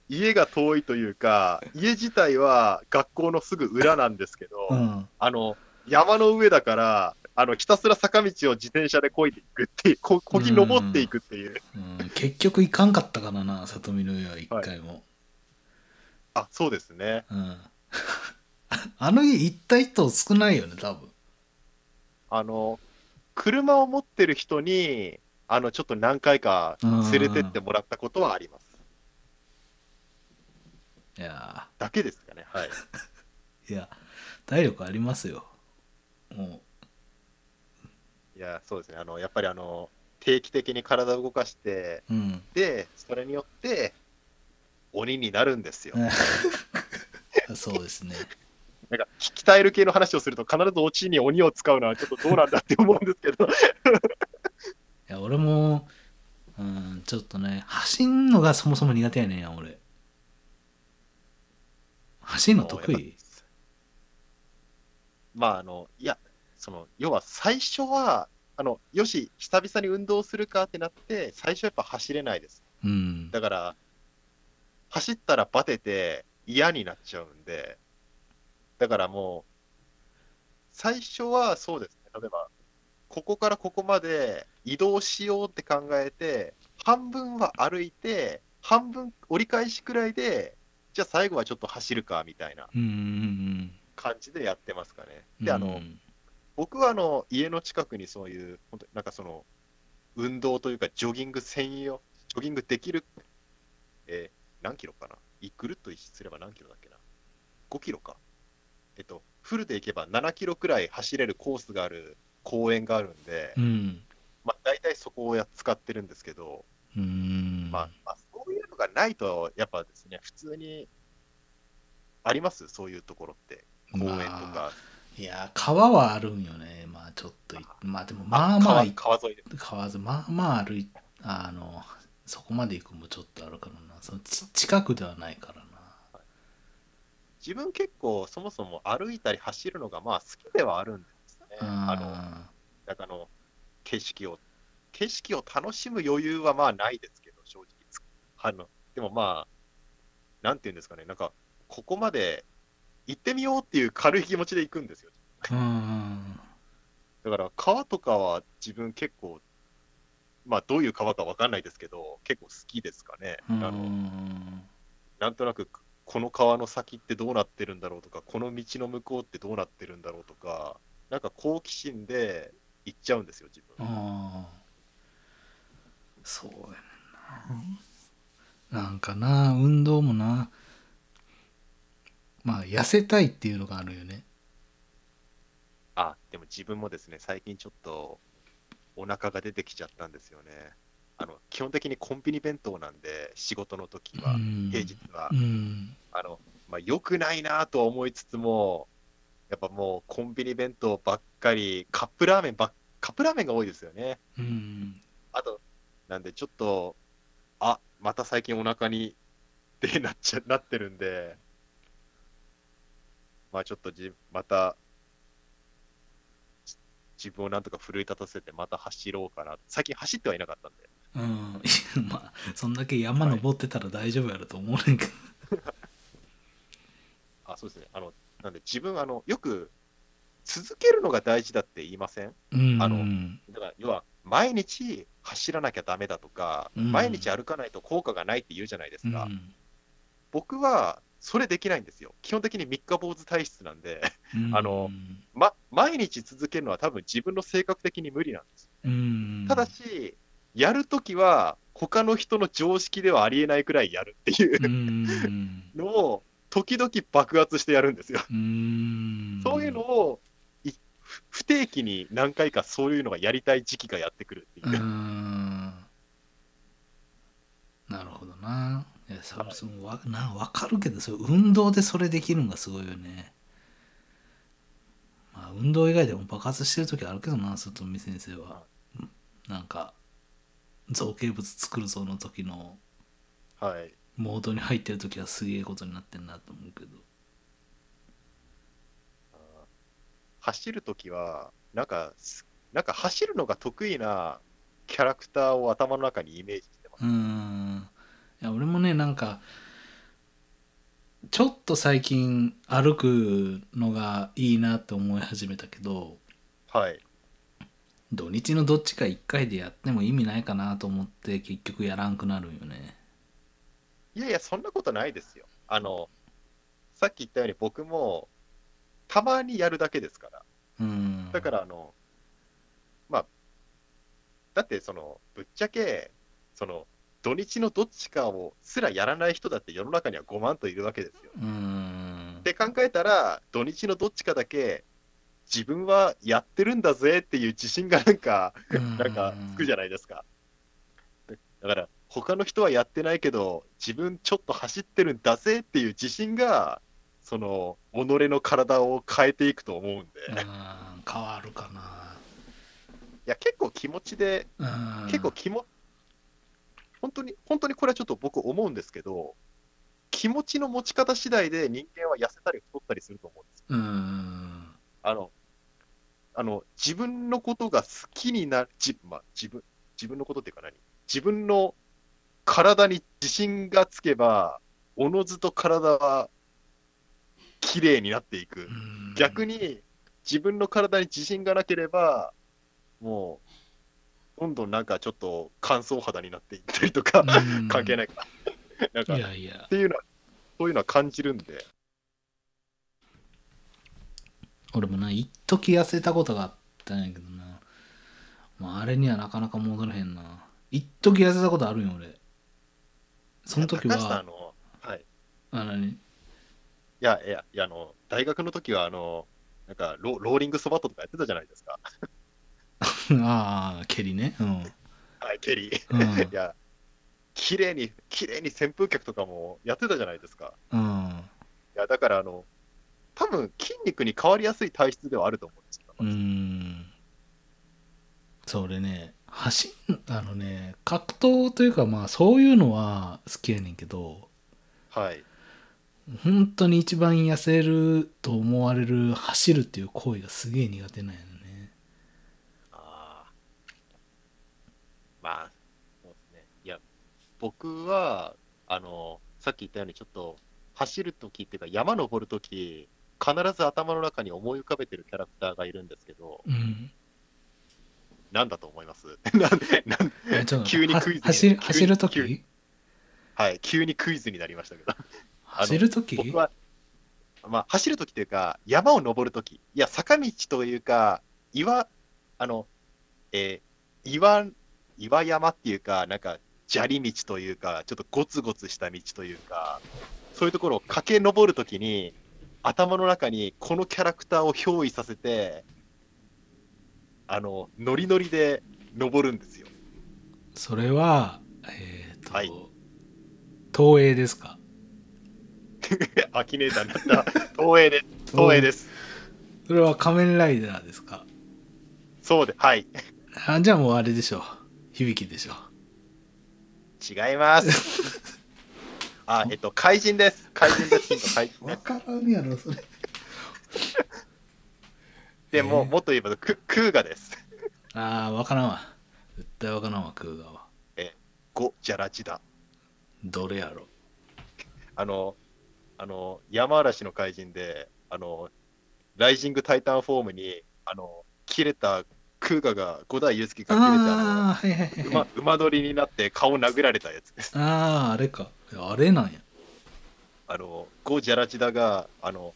[SPEAKER 2] 家が遠いというか、家自体は学校のすぐ裏なんですけど、
[SPEAKER 1] うん。
[SPEAKER 2] あの、山の上だから、あの、ひたすら坂道を自転車で漕いでいくっていう、こ、こぎ登っていくっていう。
[SPEAKER 1] うん結局行かんかったからな里見の家は一回も、
[SPEAKER 2] あ、そうですね。
[SPEAKER 1] うん あの家行った人少ないよね多分
[SPEAKER 2] あの、車を持ってる人に、あの、ちょっと何回か連れてってもらったことはあります。
[SPEAKER 1] いや
[SPEAKER 2] だけですかね。はい。
[SPEAKER 1] ーいや体力ありますよも
[SPEAKER 2] いや、そうですね。あの、やっぱりあの、定期的に体を動かして、
[SPEAKER 1] ううん
[SPEAKER 2] で、それによって、鬼になるんですよ。
[SPEAKER 1] そうですね
[SPEAKER 2] なんか、鍛える系の話をすると、必ずオチに鬼を使うのはちょっとどうなんだって思うんです けど。
[SPEAKER 1] いや俺もうんちょっとね走んのがそもそも苦手やねんや俺走んの得意
[SPEAKER 2] まあ、あの、いや、その、要は最初は、あの、よし、久々に運動するかってなって、最初やっぱ走れないです。
[SPEAKER 1] うん
[SPEAKER 2] だから、走ったらバテて嫌になっちゃうんで、だからもう、最初はそうですね、例えば、ここからここまで移動しようって考えて、半分は歩いて、半分折り返しくらいで、じゃあ最後はちょっと走るかみたいな
[SPEAKER 1] うんうん
[SPEAKER 2] 感じでやってますかね。
[SPEAKER 1] うん
[SPEAKER 2] で、あの、
[SPEAKER 1] うん
[SPEAKER 2] 僕はあの家の近くにそういう、本当になんかその、運動というか、ジョギング専用、ジョギングできる、えー何キロかな、いぐるっと一周すれば何キロだっけな、5キロか、えっと、フルで行けば7キロくらい走れるコースがある公園があるんで、
[SPEAKER 1] うん
[SPEAKER 2] まあ、大体そこをや使ってるんですけど、
[SPEAKER 1] うん
[SPEAKER 2] まあまあ、そういうのがないと、やっぱですね、普通にあります、そういうところって、公園と
[SPEAKER 1] まあ
[SPEAKER 2] か、
[SPEAKER 1] いや川はあるんよねまあちょっといまあでもまあまあ
[SPEAKER 2] 川川沿いで、
[SPEAKER 1] 川沿いまあまあ歩いあのそこまで行くのもちょっとあるからなそのち近くではないからな
[SPEAKER 2] 自分結構そもそも歩いたり走るのがまあ好きではあるんですね。あの
[SPEAKER 1] あ
[SPEAKER 2] なんかあの景色を景色を楽しむ余裕はまあないですけど正直つあのでもまあなんていうんですかねなんかここまで行ってみようっていう軽い気持ちで行くんですよ。
[SPEAKER 1] ーうん
[SPEAKER 2] だから川とかは自分結構まあどういう川かわかんないですけど結構好きですかね。
[SPEAKER 1] う
[SPEAKER 2] あの
[SPEAKER 1] ん
[SPEAKER 2] なんとなくこの川の先ってどうなってるんだろうとか、この道の向こうってどうなってるんだろうとか、なんか好奇心で行っちゃうんですよ、自分。
[SPEAKER 1] あーそうやねんななんかな運動もなまあ痩せたいっていうのがあるよね
[SPEAKER 2] あ、でも自分もですね、最近ちょっとお腹が出てきちゃったんですよね。あの基本的にコンビニ弁当なんで、仕事の時は、
[SPEAKER 1] うん
[SPEAKER 2] 平日は
[SPEAKER 1] う。ん
[SPEAKER 2] あの、まあ、良くないなとは思いつつも、やっぱもうコンビニ弁当ばっかり、カップラーメンばっ、カップラーメンが多いですよね。
[SPEAKER 1] うん
[SPEAKER 2] あと、なんでちょっと、あまた最近お腹にってなっちゃなってるんで、まあちょっとじ、また、じ自分をなんとか奮い立たせて、また走ろうかな。最近走ってはいなかったんで。
[SPEAKER 1] うん まあそんだけ山登ってたら大丈夫やろと思うねんけど、
[SPEAKER 2] あ、そうですね。あの、なんで自分、あの、よく、続けるのが大事だって言いません
[SPEAKER 1] うん
[SPEAKER 2] あの
[SPEAKER 1] うん
[SPEAKER 2] だから、要は、毎日走らなきゃダメだとか、
[SPEAKER 1] うん
[SPEAKER 2] 毎日歩かないと効果がないって言うじゃないですか。
[SPEAKER 1] うん
[SPEAKER 2] 僕はそれできないんですよ。基本的に三日坊主体質なんで、
[SPEAKER 1] うん
[SPEAKER 2] あのま、毎日続けるのは多分自分の性格的に無理なんです。
[SPEAKER 1] うん
[SPEAKER 2] ただし、やるときは、他の人の常識ではありえないくらいやるっていう
[SPEAKER 1] うーん。
[SPEAKER 2] のを、時々爆発してやるんですよ。
[SPEAKER 1] うーん
[SPEAKER 2] そういうのを、い不不定期に何回かそういうのがやりたい時期がやってくるって
[SPEAKER 1] う
[SPEAKER 2] い
[SPEAKER 1] ー
[SPEAKER 2] う。
[SPEAKER 1] んなるほどな。いや、そそのわなわかるけど、それ運動でそれできるのがすごいよね。まあ、運動以外でも爆発してる時あるけどな、外見先生は。なんか、造形物作るぞの時の
[SPEAKER 2] はい。
[SPEAKER 1] モードに入ってる時はすげえことになってんなと思うけど。
[SPEAKER 2] 走るときは、なんか、すなんか走るのが得意なキャラクターを頭の中にイメージしてます。
[SPEAKER 1] うーんいや俺もねなんかちょっと最近歩くのがいいなって思い始めたけど
[SPEAKER 2] はい。
[SPEAKER 1] 土日のどっちか1回でやっても意味ないかなと思って結局やらんくなるんよね。
[SPEAKER 2] いやいや、そんなことないですよ。あの、さっき言ったように僕も、たまにやるだけですから。
[SPEAKER 1] うーん
[SPEAKER 2] だから、あの、まあ、だって、その、ぶっちゃけ、その、土日のどっちかをすらやらない人だって世の中には5万といるわけですよ。
[SPEAKER 1] うーん
[SPEAKER 2] って考えたら、土日のどっちかだけ、自分はやってるんだぜっていう自信がなんか、なんかつくじ
[SPEAKER 1] ゃ
[SPEAKER 2] ゃないですか。だから、他の人はやってないけど、自分ちょっと走ってるんだぜっていう自信が、その、己の体を変えていくと思うんで、い
[SPEAKER 1] 変わるかな
[SPEAKER 2] や、結構気持ちで、
[SPEAKER 1] うーん。
[SPEAKER 2] 結構気も、本当に、本当にこれはちょっと僕思うんですけど、気持ちの持ち方次第で人間は痩せたり太ったりすると思うんですよ。
[SPEAKER 1] うーん
[SPEAKER 2] あの、あの、自分のことが好きになる、じまあ、自分、自分のことっていうか何自分の体に自信がつけば、おのずと体は綺麗になっていく
[SPEAKER 1] う。ーん
[SPEAKER 2] 逆に、自分の体に自信がなければ、もう、どんどんなんかちょっと乾燥肌になっていったりとか、関係
[SPEAKER 1] ない。
[SPEAKER 2] ないか。なんか、
[SPEAKER 1] い
[SPEAKER 2] っ
[SPEAKER 1] やいや。
[SPEAKER 2] ていうのは、そういうのは感じるんで。
[SPEAKER 1] 俺もな一時痩せたことがあったんやけどな、まあ、あれにはなかなか戻れへんな一時痩せたことあるんよ俺その時
[SPEAKER 2] 高橋さんあ
[SPEAKER 1] は
[SPEAKER 2] の、はい。
[SPEAKER 1] あ何
[SPEAKER 2] いやいやいやあの大学の時はあのなんかロローリングそばとかやってたじゃないですか。
[SPEAKER 1] ああ蹴りねうん
[SPEAKER 2] はい、ケリー。
[SPEAKER 1] うん
[SPEAKER 2] いや、綺麗に、綺麗に扇風客とかもやってたじゃないですか。
[SPEAKER 1] うん
[SPEAKER 2] いや、だから、あの、多分筋肉に変わりやすい体質ではあると思うんですよ。
[SPEAKER 1] うーんそれね走んあのね格闘というかまあそういうのは好きやねんけど
[SPEAKER 2] はい。
[SPEAKER 1] 本当に一番痩せると思われる走るっていう行為がすげえ苦手なんやね
[SPEAKER 2] あまあ、そうですね。いや、僕は、あの、さっき言ったように、ちょっと、走るときっていうか、山登るとき、必ず頭の中に思い浮かべてるキャラクターがいるんですけど、
[SPEAKER 1] うん
[SPEAKER 2] なんだと思います なんでなん
[SPEAKER 1] えちょっと
[SPEAKER 2] 急にクイズに
[SPEAKER 1] は走る
[SPEAKER 2] 急に
[SPEAKER 1] 走ると
[SPEAKER 2] 急に
[SPEAKER 1] き
[SPEAKER 2] はい、急にクイズになりましたけど、
[SPEAKER 1] 走るとき
[SPEAKER 2] 僕は、まあ、走るときというか、山を登るとき、いや、坂道というか、岩、あの、えー岩、岩山っていうか、なんか、砂利道というか、ちょっとゴツゴツした道というか、そういうところを駆け上るときに、頭の中にこのキャラクターを憑依させて、あの、ノリノリで登るんですよ。
[SPEAKER 1] それは、えっ、と、
[SPEAKER 2] はい
[SPEAKER 1] 東映ですか。
[SPEAKER 2] アキネーターになった。東映です。東映ですす。
[SPEAKER 1] それは仮面ライダーですか
[SPEAKER 2] そうで、はい。
[SPEAKER 1] あじゃあもうあれでしょ。響きでしょ。
[SPEAKER 2] 違います。 あ、えっと、怪人です。怪人です。ヒント怪人です。
[SPEAKER 1] からんやろ、それ。
[SPEAKER 2] でも、もっと言えば、ククーガです。
[SPEAKER 1] ああ、わからんわ。絶対わからんわ、空ガは。
[SPEAKER 2] ゴ・ジャラジダ。
[SPEAKER 1] どれやろ。
[SPEAKER 2] あの、あの、山嵐の怪人で、あの、ライジング・タイタンフォームに、あの、切れた、クーガが、五代祐介が切れたあの
[SPEAKER 1] ああー、はいはいはい。
[SPEAKER 2] 馬、馬乗りになって顔殴られたやつです。
[SPEAKER 1] ああ、あれか。あれなんや。
[SPEAKER 2] あの、ゴ・ジャラジダが、あの、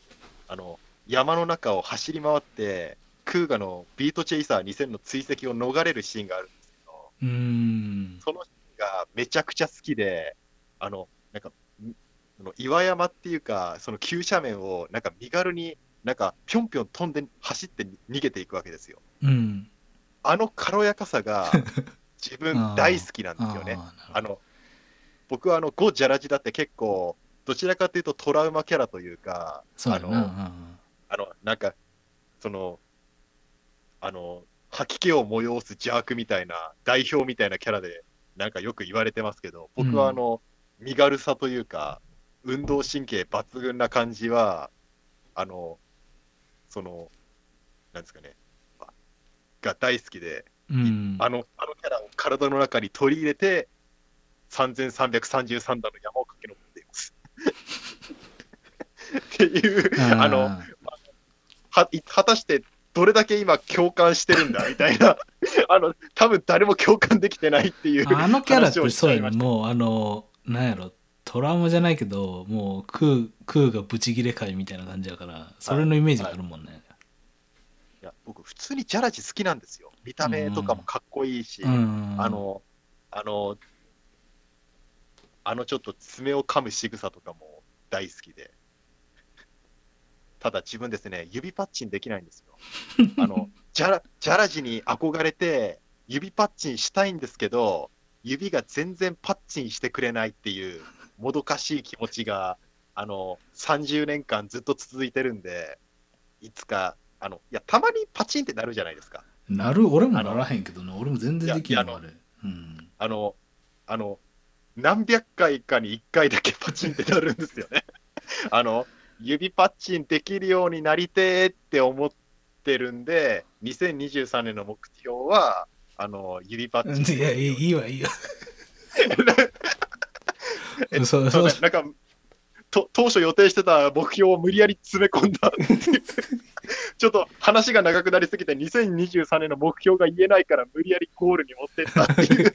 [SPEAKER 2] あの、山の中を走り回って、クーガのビートチェイサー2000の追跡を逃れるシーンがあるんですけど、
[SPEAKER 1] うーん。
[SPEAKER 2] そのシーンがめちゃくちゃ好きで、あの、なんか、んその岩山っていうか、その急斜面を、なんか身軽に、なんか、ぴょんぴょん飛んで、走って逃げていくわけですよ。
[SPEAKER 1] うん。
[SPEAKER 2] あの軽やかさが、自分大好きなんですよね。
[SPEAKER 1] ああ、な
[SPEAKER 2] あ
[SPEAKER 1] る
[SPEAKER 2] の、僕はあの、ゴ・ジャラジだって結構、どちらかというとトラウマキャラというか、
[SPEAKER 1] そう
[SPEAKER 2] あ
[SPEAKER 1] やな
[SPEAKER 2] の、
[SPEAKER 1] うんうん
[SPEAKER 2] あの、なんか、その、あの、吐き気を催す邪悪みたいな、代表みたいなキャラで、なんかよく言われてますけど、
[SPEAKER 1] う
[SPEAKER 2] 僕
[SPEAKER 1] ん
[SPEAKER 2] はあの、身軽さというか、運動神経抜群な感じは、あの、その、なんですかね、あが大好きで、
[SPEAKER 1] うん。
[SPEAKER 2] あの、あのキャラを体の中に取り入れて、3333段の山を駆け上っています。 っていう、あの、は果たしてどれだけ今共感してるん だみたいなあの多分誰も共感できてないっていう
[SPEAKER 1] ああのキャラっ
[SPEAKER 2] 話を
[SPEAKER 1] て
[SPEAKER 2] し
[SPEAKER 1] そう
[SPEAKER 2] ちゃい
[SPEAKER 1] やね
[SPEAKER 2] ました
[SPEAKER 1] もうあのなんやろトラウマじゃないけどもう空空がブチギレ会みたいな感じやからそれのイメージがあるもんね、
[SPEAKER 2] いや僕普通にジャラジ好きなんですよ見た目とかもかっこいいし、
[SPEAKER 1] うん
[SPEAKER 2] あのあのあのちょっと爪を噛む仕草とかも大好きでただ自分ですね指パッチンできないんです よあのジャラジャラジに憧れて指パッチンしたいんですけど指が全然パッチンしてくれないっていうもどかしい気持ちがあの30年間ずっと続いてるんでいつかあのいやたまにパチンってなるじゃないですか
[SPEAKER 1] なる俺も
[SPEAKER 2] あ
[SPEAKER 1] な
[SPEAKER 2] の
[SPEAKER 1] らへんけどな俺も全然できん
[SPEAKER 2] い
[SPEAKER 1] の
[SPEAKER 2] や
[SPEAKER 1] あれうん
[SPEAKER 2] あの、あの、何百回かに1回だけパチンってなるんで すよね。あの、指パチンできるようになりてーって思ってるんで、2023年の目標は、あの、指パチン。
[SPEAKER 1] いやいいいいわ いいわ
[SPEAKER 2] え
[SPEAKER 1] そう
[SPEAKER 2] そう
[SPEAKER 1] そう
[SPEAKER 2] ねなんか、と当初予定してた目標を無理やり詰め込んだっ ていうちょっと話が長くなりすぎて、2023年の目標が言えないから無理やりゴールに持ってったっていう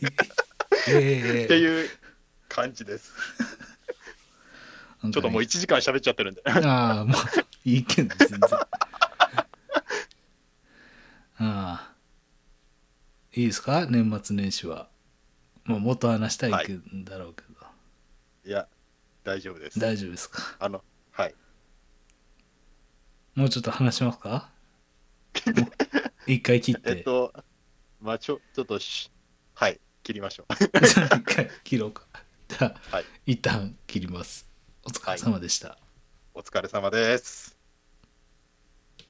[SPEAKER 1] いやいやいや
[SPEAKER 2] っ ていう感じです。ちょっともう1時間喋っちゃってるんで。
[SPEAKER 1] ああ、もういいけど、全然。ああ。いいですか年末年始は。まあ、もっと話したいけど、だろうけど。
[SPEAKER 2] いや、大丈夫です。
[SPEAKER 1] 大丈夫ですか
[SPEAKER 2] あの、はい。
[SPEAKER 1] もうちょっと話しますかもう一回切っ
[SPEAKER 2] え
[SPEAKER 1] て。
[SPEAKER 2] っと、まあちょ、ちょっとし、はい、切りましょう。
[SPEAKER 1] じゃあ 一回切ろうか。じゃあ、
[SPEAKER 2] はい
[SPEAKER 1] 一旦切ります。お疲れ様でした。
[SPEAKER 2] お疲れ様です。